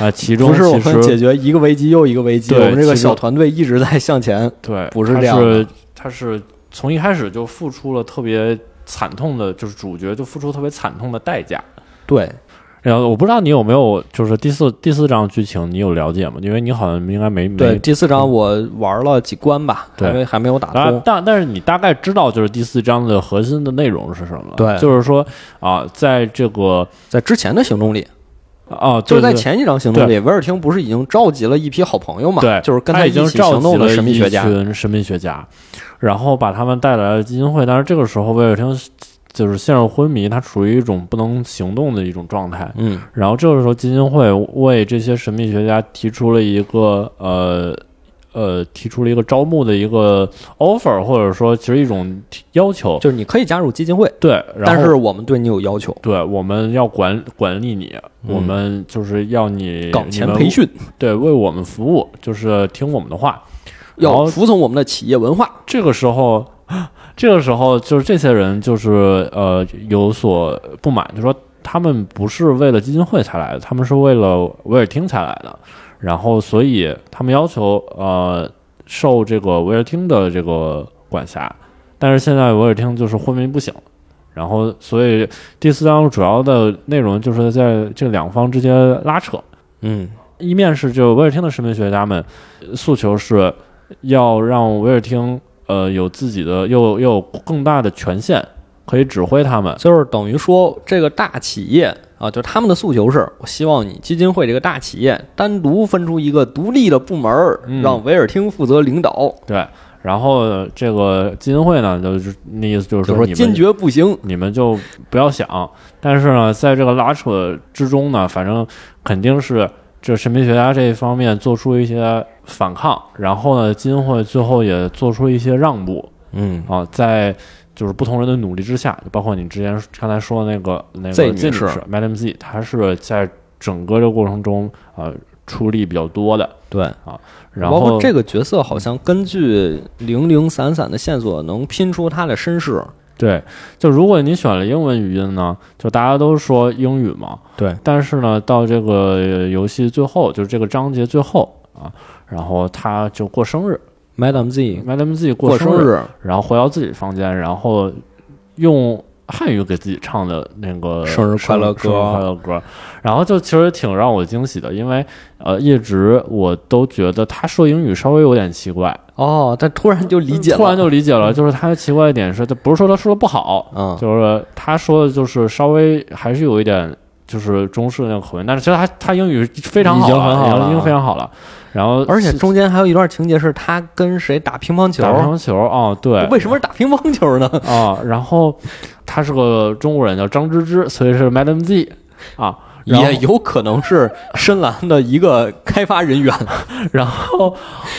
B: 啊，其中
A: 不是我
B: 其
A: 们解
B: 实
A: 决一个危机又一个危机，
B: 对
A: 我们这个
B: 其实
A: 小团队一直在向
B: *laughs*
A: 前。
B: 对
A: 不是
B: 他
A: 这样的
B: 是他是从一开始就付出了特别惨痛的，就是主角就付出特别惨痛的代价。
A: 对，
B: 然后我不知道你有没有，就是第四第四章剧情你有了解吗？因为你好像应该没
A: 对，
B: 没。
A: 第四章我玩了几关吧，
B: 对
A: 还没还没有打
B: 啊
A: 通，。
B: 但但是你大概知道就是第四章的核心的内容是什么了？
A: 对
B: 就是说啊，在这个
A: 在之前的行动里，
B: 啊，
A: 就是在
B: 对
A: 前几章行动里，维尔汀不是已经召集了一批好朋友嘛？
B: 对，
A: 就是跟
B: 他
A: 一
B: 已经
A: 起
B: 召
A: 行
B: 集
A: 动
B: 了
A: 的神秘学家
B: 一。群神秘学家，然后把他们带来了基金会。但是这个时候，威尔汀就是陷入昏迷，他处于一种不能行动的一种状态。
A: 嗯，
B: 然后这个时候，基金会为这些神秘学家提出了一个呃呃，提出了一个招募的一个 offer，或者说其实一种提要求。
A: 就是你可以加入基金会，
B: 对，然后
A: 但是我们对你有要求，
B: 对我们要管管理你，
A: 嗯
B: 我们就是要你
A: 岗前
B: 你们
A: 培训
B: 对为我们服务，就是听我们的话。然
A: 要
B: 后
A: 服从我们的企业文化。
B: 这个时候， *gasps* 这个时候就是这些人就是呃有所不满，就说他们不是为了基金会才来的，他们是为了威尔汀才来的，然后所以他们要求呃受这个威尔汀的这个管辖，但是现在威尔汀就是昏迷不醒。然后，所以第四章主要的内容就是在这两方之间拉扯，
A: 嗯，
B: 一面是就威尔汀的神秘学家们呃诉求是要让威尔汀呃有自己的又又有更大的权限，可以指挥他们。
A: 就是等于说这个大企业啊，就是他们的诉求是，我希望你基金会这个大企业单独分出一个独立的部门儿，
B: 嗯
A: 让维尔汀负责领导，
B: 对，然后呃这个基金会呢，就是那意思就是
A: 就
B: 说
A: 说
B: 你
A: 坚
B: 们
A: 决不行。
B: 你们就不要想。但是呢，在这个拉扯之中呢，反正肯定是这神秘学家这一方面做出一些反抗，然后呢，基金会最后也做出一些让步。
A: 嗯，
B: 啊，在就是不同人的努力之下，就包括你之前刚才说的那个那个
A: Z 女
B: Z 女
A: 士
B: 士 Madam Z，她是在整个这个过程中呃出力比较多的。
A: 对。
B: 然
A: 包
B: 后
A: 括这个角色好像根据零零散散的线索能拼出他的身世。
B: 对，就如果你选了英文语音呢，就大家都说英语嘛，
A: 对，
B: 但是呢，到这个呃游戏最后，就是这个章节最后啊，然后她就过生日
A: Madam Z
B: ，Madam Z 过
A: 过
B: 生
A: 生日，
B: 然后回到自己房间，然后用汉语给自己唱的那个
A: 生日快乐歌
B: 生日快乐歌。然后就其实挺让我惊喜的，因为呃，一直我都觉得他说英语稍微有点奇怪，
A: 哦，他突然就理解了，
B: 突然就理解了，就是他奇怪的点是，他不是说他说的不好，
A: 嗯，
B: 就是他说的就是稍微还是有一点。就是中式那个口音，但是其实他他英语非常好
A: 已经很好了
B: 已经非常好了。然后
A: 而且中间还有一段情节是他跟谁打乒乓球
B: 打，乒乓球哦，对，
A: 为什么是打乒乓球呢？
B: 啊，然后他是个中国人，叫张芝芝，所以是 Madam Z 啊。然后
A: 也有可能是深蓝的一个开发人
B: *laughs*
A: 员，
B: 然后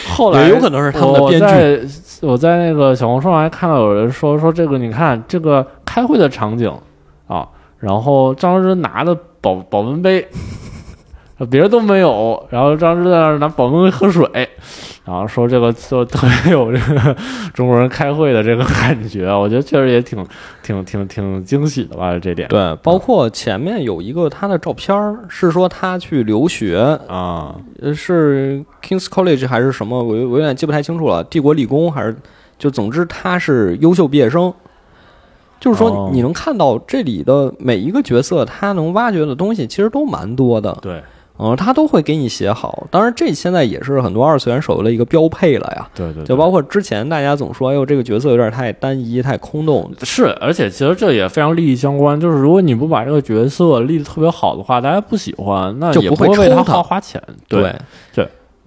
B: 后来
A: 也有可能是他们的编剧。
B: 我在我在那个小红书上还看到有人说说这个，你看这个开会的场景啊，然后张芝拿的保保温杯，别的都没有，然后张芝在那儿拿保温杯喝水，然后说这个就特别有这个中国人开会的这个感觉，我觉得确实也挺挺挺挺惊喜的吧，这点
A: 对，包括前面有一个他的照片儿，是说他去留学，
B: 啊，
A: 呃是 King's College 还是什么，我有我有点记不太清楚了，帝国理工还是就总之他是优秀毕业生。就是
B: 哦
A: 说，你能看到这里的每一个角色，他能挖掘的东西其实都蛮多的。
B: 对
A: 嗯，他都会给你写好。当然，这现在也是很多二次元手游的一个标配了呀。
B: 对对，
A: 就包括之前大家总说，哎呦，这个角色有点太单一、太空洞。
B: 是，而且其实这也非常利益相关。就是如果你不把这个角色立得特别好的话，大家不喜欢，那
A: 就
B: 也
A: 不会
B: 会为
A: 抽
B: 他
A: 他
B: 花花钱。
A: 对，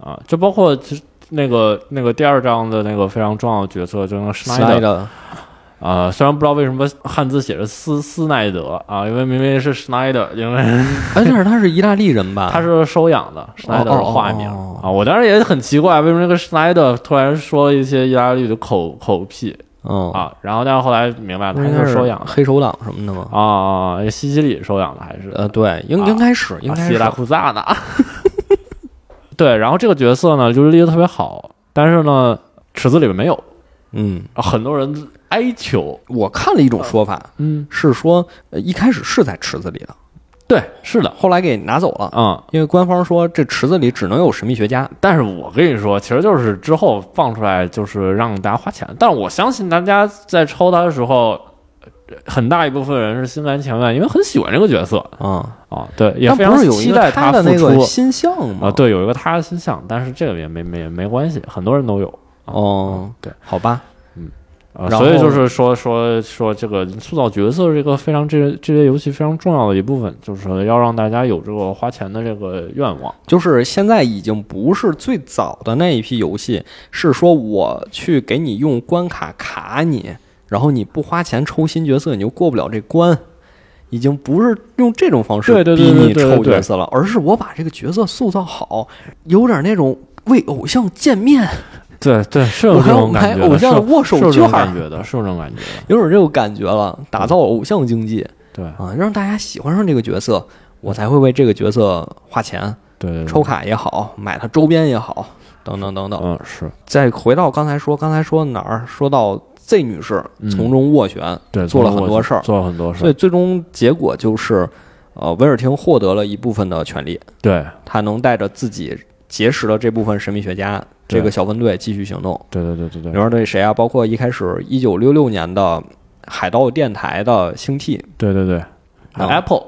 B: 啊，就包括其实那个那个第二章的那个非常重要的角色，就那个施耐德
A: 的，
B: 啊，虽然不知道为什么汉字写着斯斯奈德啊，因为明明是施耐德，因为
A: 哎，但是他是意大利人吧？
B: 他是收养的，施耐德是化名
A: 啊哦
B: 啊。我当时也很奇怪，为什么那个施耐德突然说一些意大利语的口口癖
A: 嗯，
B: 啊？然后但是后来明白了，
A: 不
B: 他
A: 应
B: 应
A: 该
B: 该
A: 是
B: 是收养的。
A: 黑手党什么的吗？
B: 啊，西西里收养的还是
A: 呃，对，应
B: 啊
A: 应该是，应
B: 啊
A: 该
B: 希
A: 是
B: 拉。库萨呢？ *laughs* 对，然后这个角色呢，就是立得特别好，但是呢，池子里面没有，
A: 嗯，
B: 很多人哀求。
A: 我看了一种说法
B: 嗯，
A: 是说，呃，一开始是在池子里的，
B: 对，是的，
A: 后来给拿走了，
B: 嗯，
A: 因为官方说这池子里只能有神秘学家。
B: 但是我跟你说，其实就是之后放出来，就是让大家花钱，但我相信大家在抽它的时候。很大一部分人是心甘情愿，因为很喜欢这个角色
A: 嗯，
B: 啊，对，也
A: 但
B: 非常
A: 不是有一
B: 期
A: 个
B: 待
A: 他的
B: 付
A: 那个
B: 出
A: 新项吗？
B: 啊。，对，有一个他的形象，但是这个也没没没关系，很多人都有。
A: 哦，
B: 对，
A: 好吧，
B: 啊，
A: 然
B: 所以
A: 后
B: 就是说说说这个塑造角色这个非常这这类游戏非常重要的一部分，就是说要让大家有这个花钱的这个愿望。
A: 就是现在已经不是最早的那一批游戏，是说我去给你用关卡卡你，然后你不花钱抽新角色，你就过不了这关。已经不是用这种方式
B: 对对对
A: 逼你
B: 对对
A: 抽
B: 对
A: 角色了，而是我把这个角色塑造好，有点那种为偶像见面，
B: 对对，是
A: 我
B: 有这
A: 还要
B: 种
A: 买
B: 感觉
A: 偶
B: 的，是
A: 像的握手
B: 是有这
A: 券
B: 种
A: 儿
B: 感，觉的，是有这种感觉的。
A: 有点这种感觉了，打造偶像经济 *laughs*
B: 对
A: 啊，让大家喜欢上这个角色，我才会为这个角色花钱。
B: 对对，对
A: 抽卡也好，买它周边也好，等等等等。
B: 嗯是
A: 再回到刚才说，刚才说哪儿？说到 Z 女士
B: 嗯
A: 从中斡旋，
B: 对，
A: 做了
B: 从
A: 很
B: 我
A: 多事儿
B: 做了很多事
A: 所
B: 儿。
A: 以最终结果就是，呃，威尔汀获得了一部分的权利，
B: 对
A: 他能带着自己结识的这部分神秘学家
B: 对
A: 这个小分队继续行动。
B: 对对对对
A: 里
B: 对
A: 面对谁啊？包括一开始一九六六年的海盗电台的星替，
B: 对对啊对
A: 嗯
B: ，Apple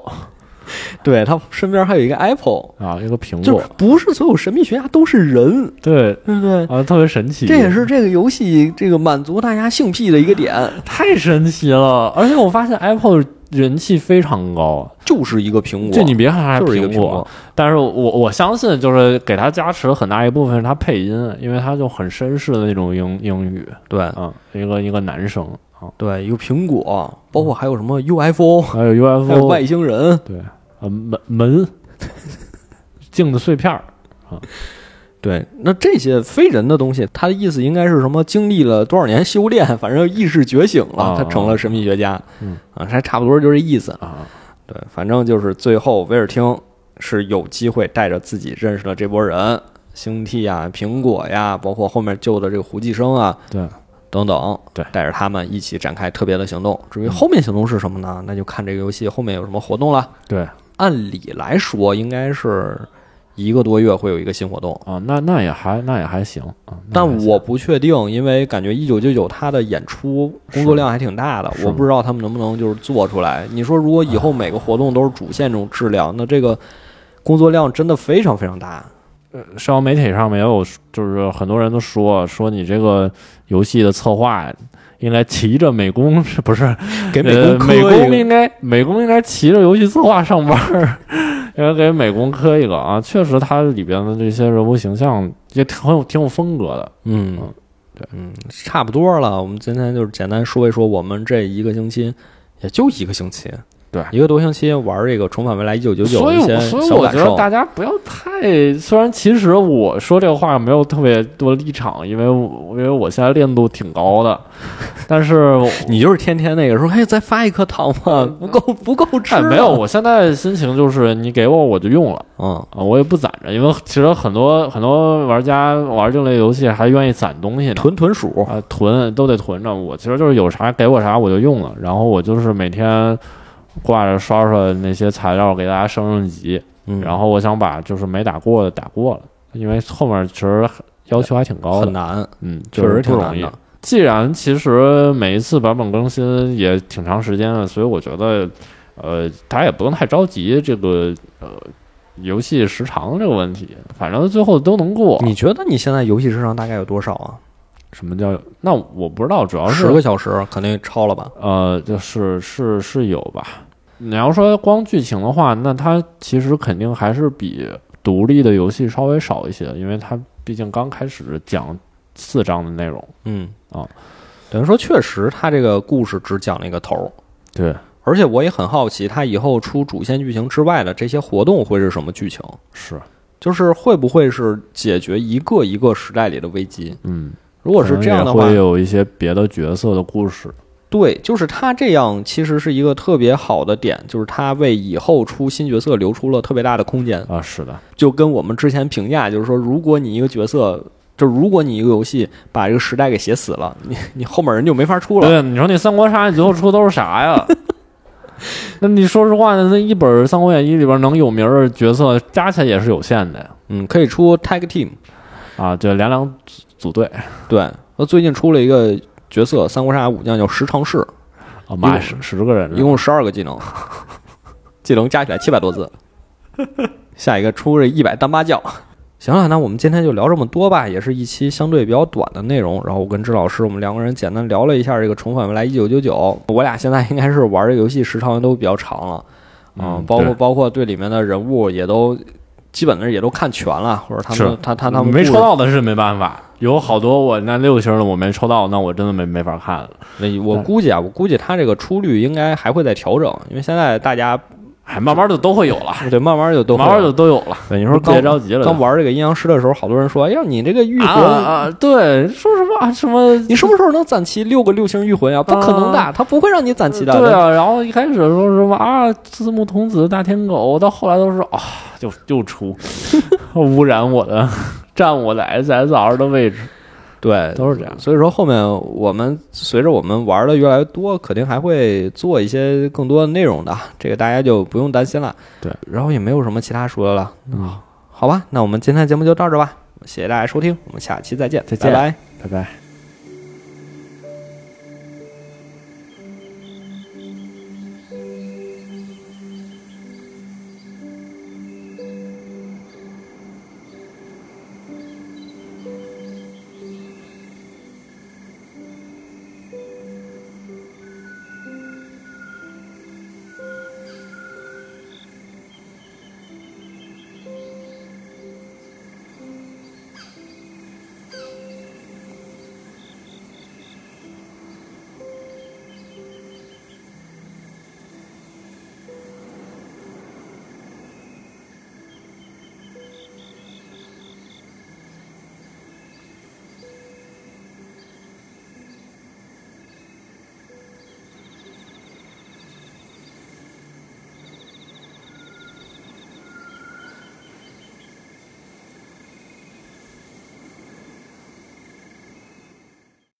A: 对他身边还有一个 Apple，
B: 啊，一个苹
A: 就
B: 果
A: 是，不是所有神秘学家都是人，
B: 对
A: 对不对？
B: 啊，特别神奇，
A: 这也是这个游戏这个满足大家性癖的一个点，
B: 太神奇了。而且我发现 Apple 人气非常高，
A: 就是一个苹果，
B: 就你别看它
A: 就是一个
B: 苹
A: 苹
B: 果，，但是我我相信，就是给他加持很大一部分是他配音，因为他就很绅士的那种英英语
A: 对
B: 啊，一个一个男生啊，
A: 对，一个苹果，包括还有什么 UFO，
B: 还
A: 还
B: 有
A: 有
B: UFO，
A: 外星人，
B: 对，啊门门镜子碎片儿，
A: 对，那这些非人的东西，它的意思应该是什么？经历了多少年修炼，反正意识觉醒了
B: 啊，
A: 他成了神秘学家，
B: 嗯
A: 啊，还差不多就这意思。
B: 啊，
A: 对，反正就是最后威尔汀是有机会带着自己认识的这波人，星替啊、苹果呀，包括后面救的这个胡继生啊，
B: 对，
A: 等等，
B: 对嗯
A: 带着他们一起展开特别的行动。至于后面行动是什么呢？那就看这个游戏后面有什么活动了。
B: 对
A: 按理来说，应该是一个多月会有一个新活动，
B: 啊，那那也还那也还行啊，那
A: 但
B: 也还行
A: 我不确定，因为感觉一九九九它的演出工作量还挺大的
B: 是，
A: 我不知道他们能不能就是做出来。你说如果以后每个活动都是主线这种质量，那这个工作量真的非常非常大。
B: 社交媒体上面也有，就是很多人都说说你这个游戏的策划应该骑着美工，是不是
A: 给美
B: 呃
A: 工
B: 美
A: 科
B: 工
A: 一个，
B: 应该美工应该骑着游戏策划上班儿，应该给美工磕一个啊！确实，它里边的这些人物形象也挺很有挺有风格的。
A: 嗯
B: 嗯，对，
A: 嗯，差不多了。我们今天就是简单说一说我们这一个星期，也就一个星期，
B: 对
A: 一个多星期玩这个《重返未来一九九九》
B: 所以
A: 一
B: 我，
A: 些
B: 所以
A: 小
B: 我
A: 感
B: 觉得
A: 受，
B: 大家不要太……虽然其实我说这个话没有特别多立场，因为我因为我现在练度挺高 *laughs* 的，但是我
A: 你就是天天那个说，哎，再发一颗糖吧， *laughs* 不够不够吃、啊
B: 哎没有，，我现在心情就是你给我我就用了
A: *laughs* 嗯，
B: 啊，我也不攒着，因为其实很多很多玩家玩这类游戏还愿意攒东西呢。
A: 囤囤鼠，
B: 啊，囤都得囤着。我其实就是有啥给我啥我就用了，然后我就是每天挂着刷刷那些材料给大家升升级，
A: 嗯，
B: 然后我想把就是没打过的打过了，因为后面其实要求还挺高
A: 很
B: 的，
A: 难，
B: 嗯，
A: 确
B: 就是
A: 实挺
B: 不容
A: 难
B: 易
A: 的。。
B: 既然其实每一次版本更新也挺长时间的，所以我觉得，呃，大家也不用太着急这个呃游戏时长这个问题，反正最后都能过。
A: 你觉得你现在游戏时长大概有多少啊？
B: 什么叫？那我不知道，主要是
A: 十个小时肯定超了吧？
B: 呃，就是是是有吧。你要说光剧情的话，那它其实肯定还是比独立的游戏稍微少一些，因为它毕竟刚开始讲四章的内容。
A: 嗯，
B: 哦，
A: 等于说确实他这个故事只讲了一个头儿，
B: 对，
A: 而且我也很好奇，他以后出主线剧情之外的这些活动会是什么剧情？
B: 是，
A: 就是会不会是解决一个一个时代里的危机？
B: 嗯，
A: 如果是这样的
B: 可
A: 话
B: 能也会，有一些别的角色的故事。
A: 对，就是他这样其实是一个特别好的点，就是他为以后出新角色留出了特别大的空间。
B: 啊，是的，
A: 就跟我们之前评价，就是说，如果你一个角色，就如果你一个游戏把这个时代给写死了，你你后面人就没法出了。
B: 对，你说那三国杀，你最后出都是啥呀？ *laughs* 那你说实话，那一本《三国演义》里边能有名儿的角色加起来也是有限的呀。
A: 嗯，可以出 tag team。
B: 啊，对，两两组组队啊
A: 对，那最近出了一个角色，三国杀武将叫石长士，
B: 啊，妈呀
A: 一
B: 十十个人了
A: 一共十二个技能， *laughs* 技能加起来七百多字。下一个出这一百单八将。行啊了，那我们今天就聊这么多吧，也是一期相对比较短的内容。然后我跟支老师，我们两个人简单聊了一下这个《重返未来一九九九》，我俩现在应该是玩这个游戏时长都比较长了，啊、
B: 嗯
A: 包括
B: 对
A: 包括对里面的人物也都基本上也都看全了，或者他
B: 是
A: 们他他啊他们
B: 没
A: 故事
B: 抽到的是没办法，有好多我那六星的我没抽到，那我真的没没法看了。
A: 那我估计啊，我估计它这个出率应该还会再调整，因为现在大家
B: 哎，慢慢的都会有了，
A: 对慢慢就都会
B: 慢慢就都有了。
A: 对你说
B: 别
A: 刚
B: 着急了，
A: 刚玩这个阴阳师的时候，好多人说，哎呀，你这个御
B: 啊
A: 魂，
B: 啊，对，说什么啊什么，
A: *laughs* 你什么时候能攒齐六个六星御魂呀、不可能的，
B: 啊
A: 他不会让你攒齐的。
B: 对啊，然后一开始说什么啊，字幕童子大天狗，到后来都是啊，就又出 *laughs* 污染我的， *laughs* 占我的 SSR 的位置，
A: 对
B: 都是这样。
A: 所以说后面我们随着我们玩的越来越多，肯定还会做一些更多的内容的，这个大家就不用担心了。
B: 对，
A: 然后也没有什么其他说的了，
B: 嗯，
A: 好吧，那我们今天的节目就到这吧，谢谢大家收听，我们下期再见，
B: 再见
A: 拜拜。
B: 拜拜。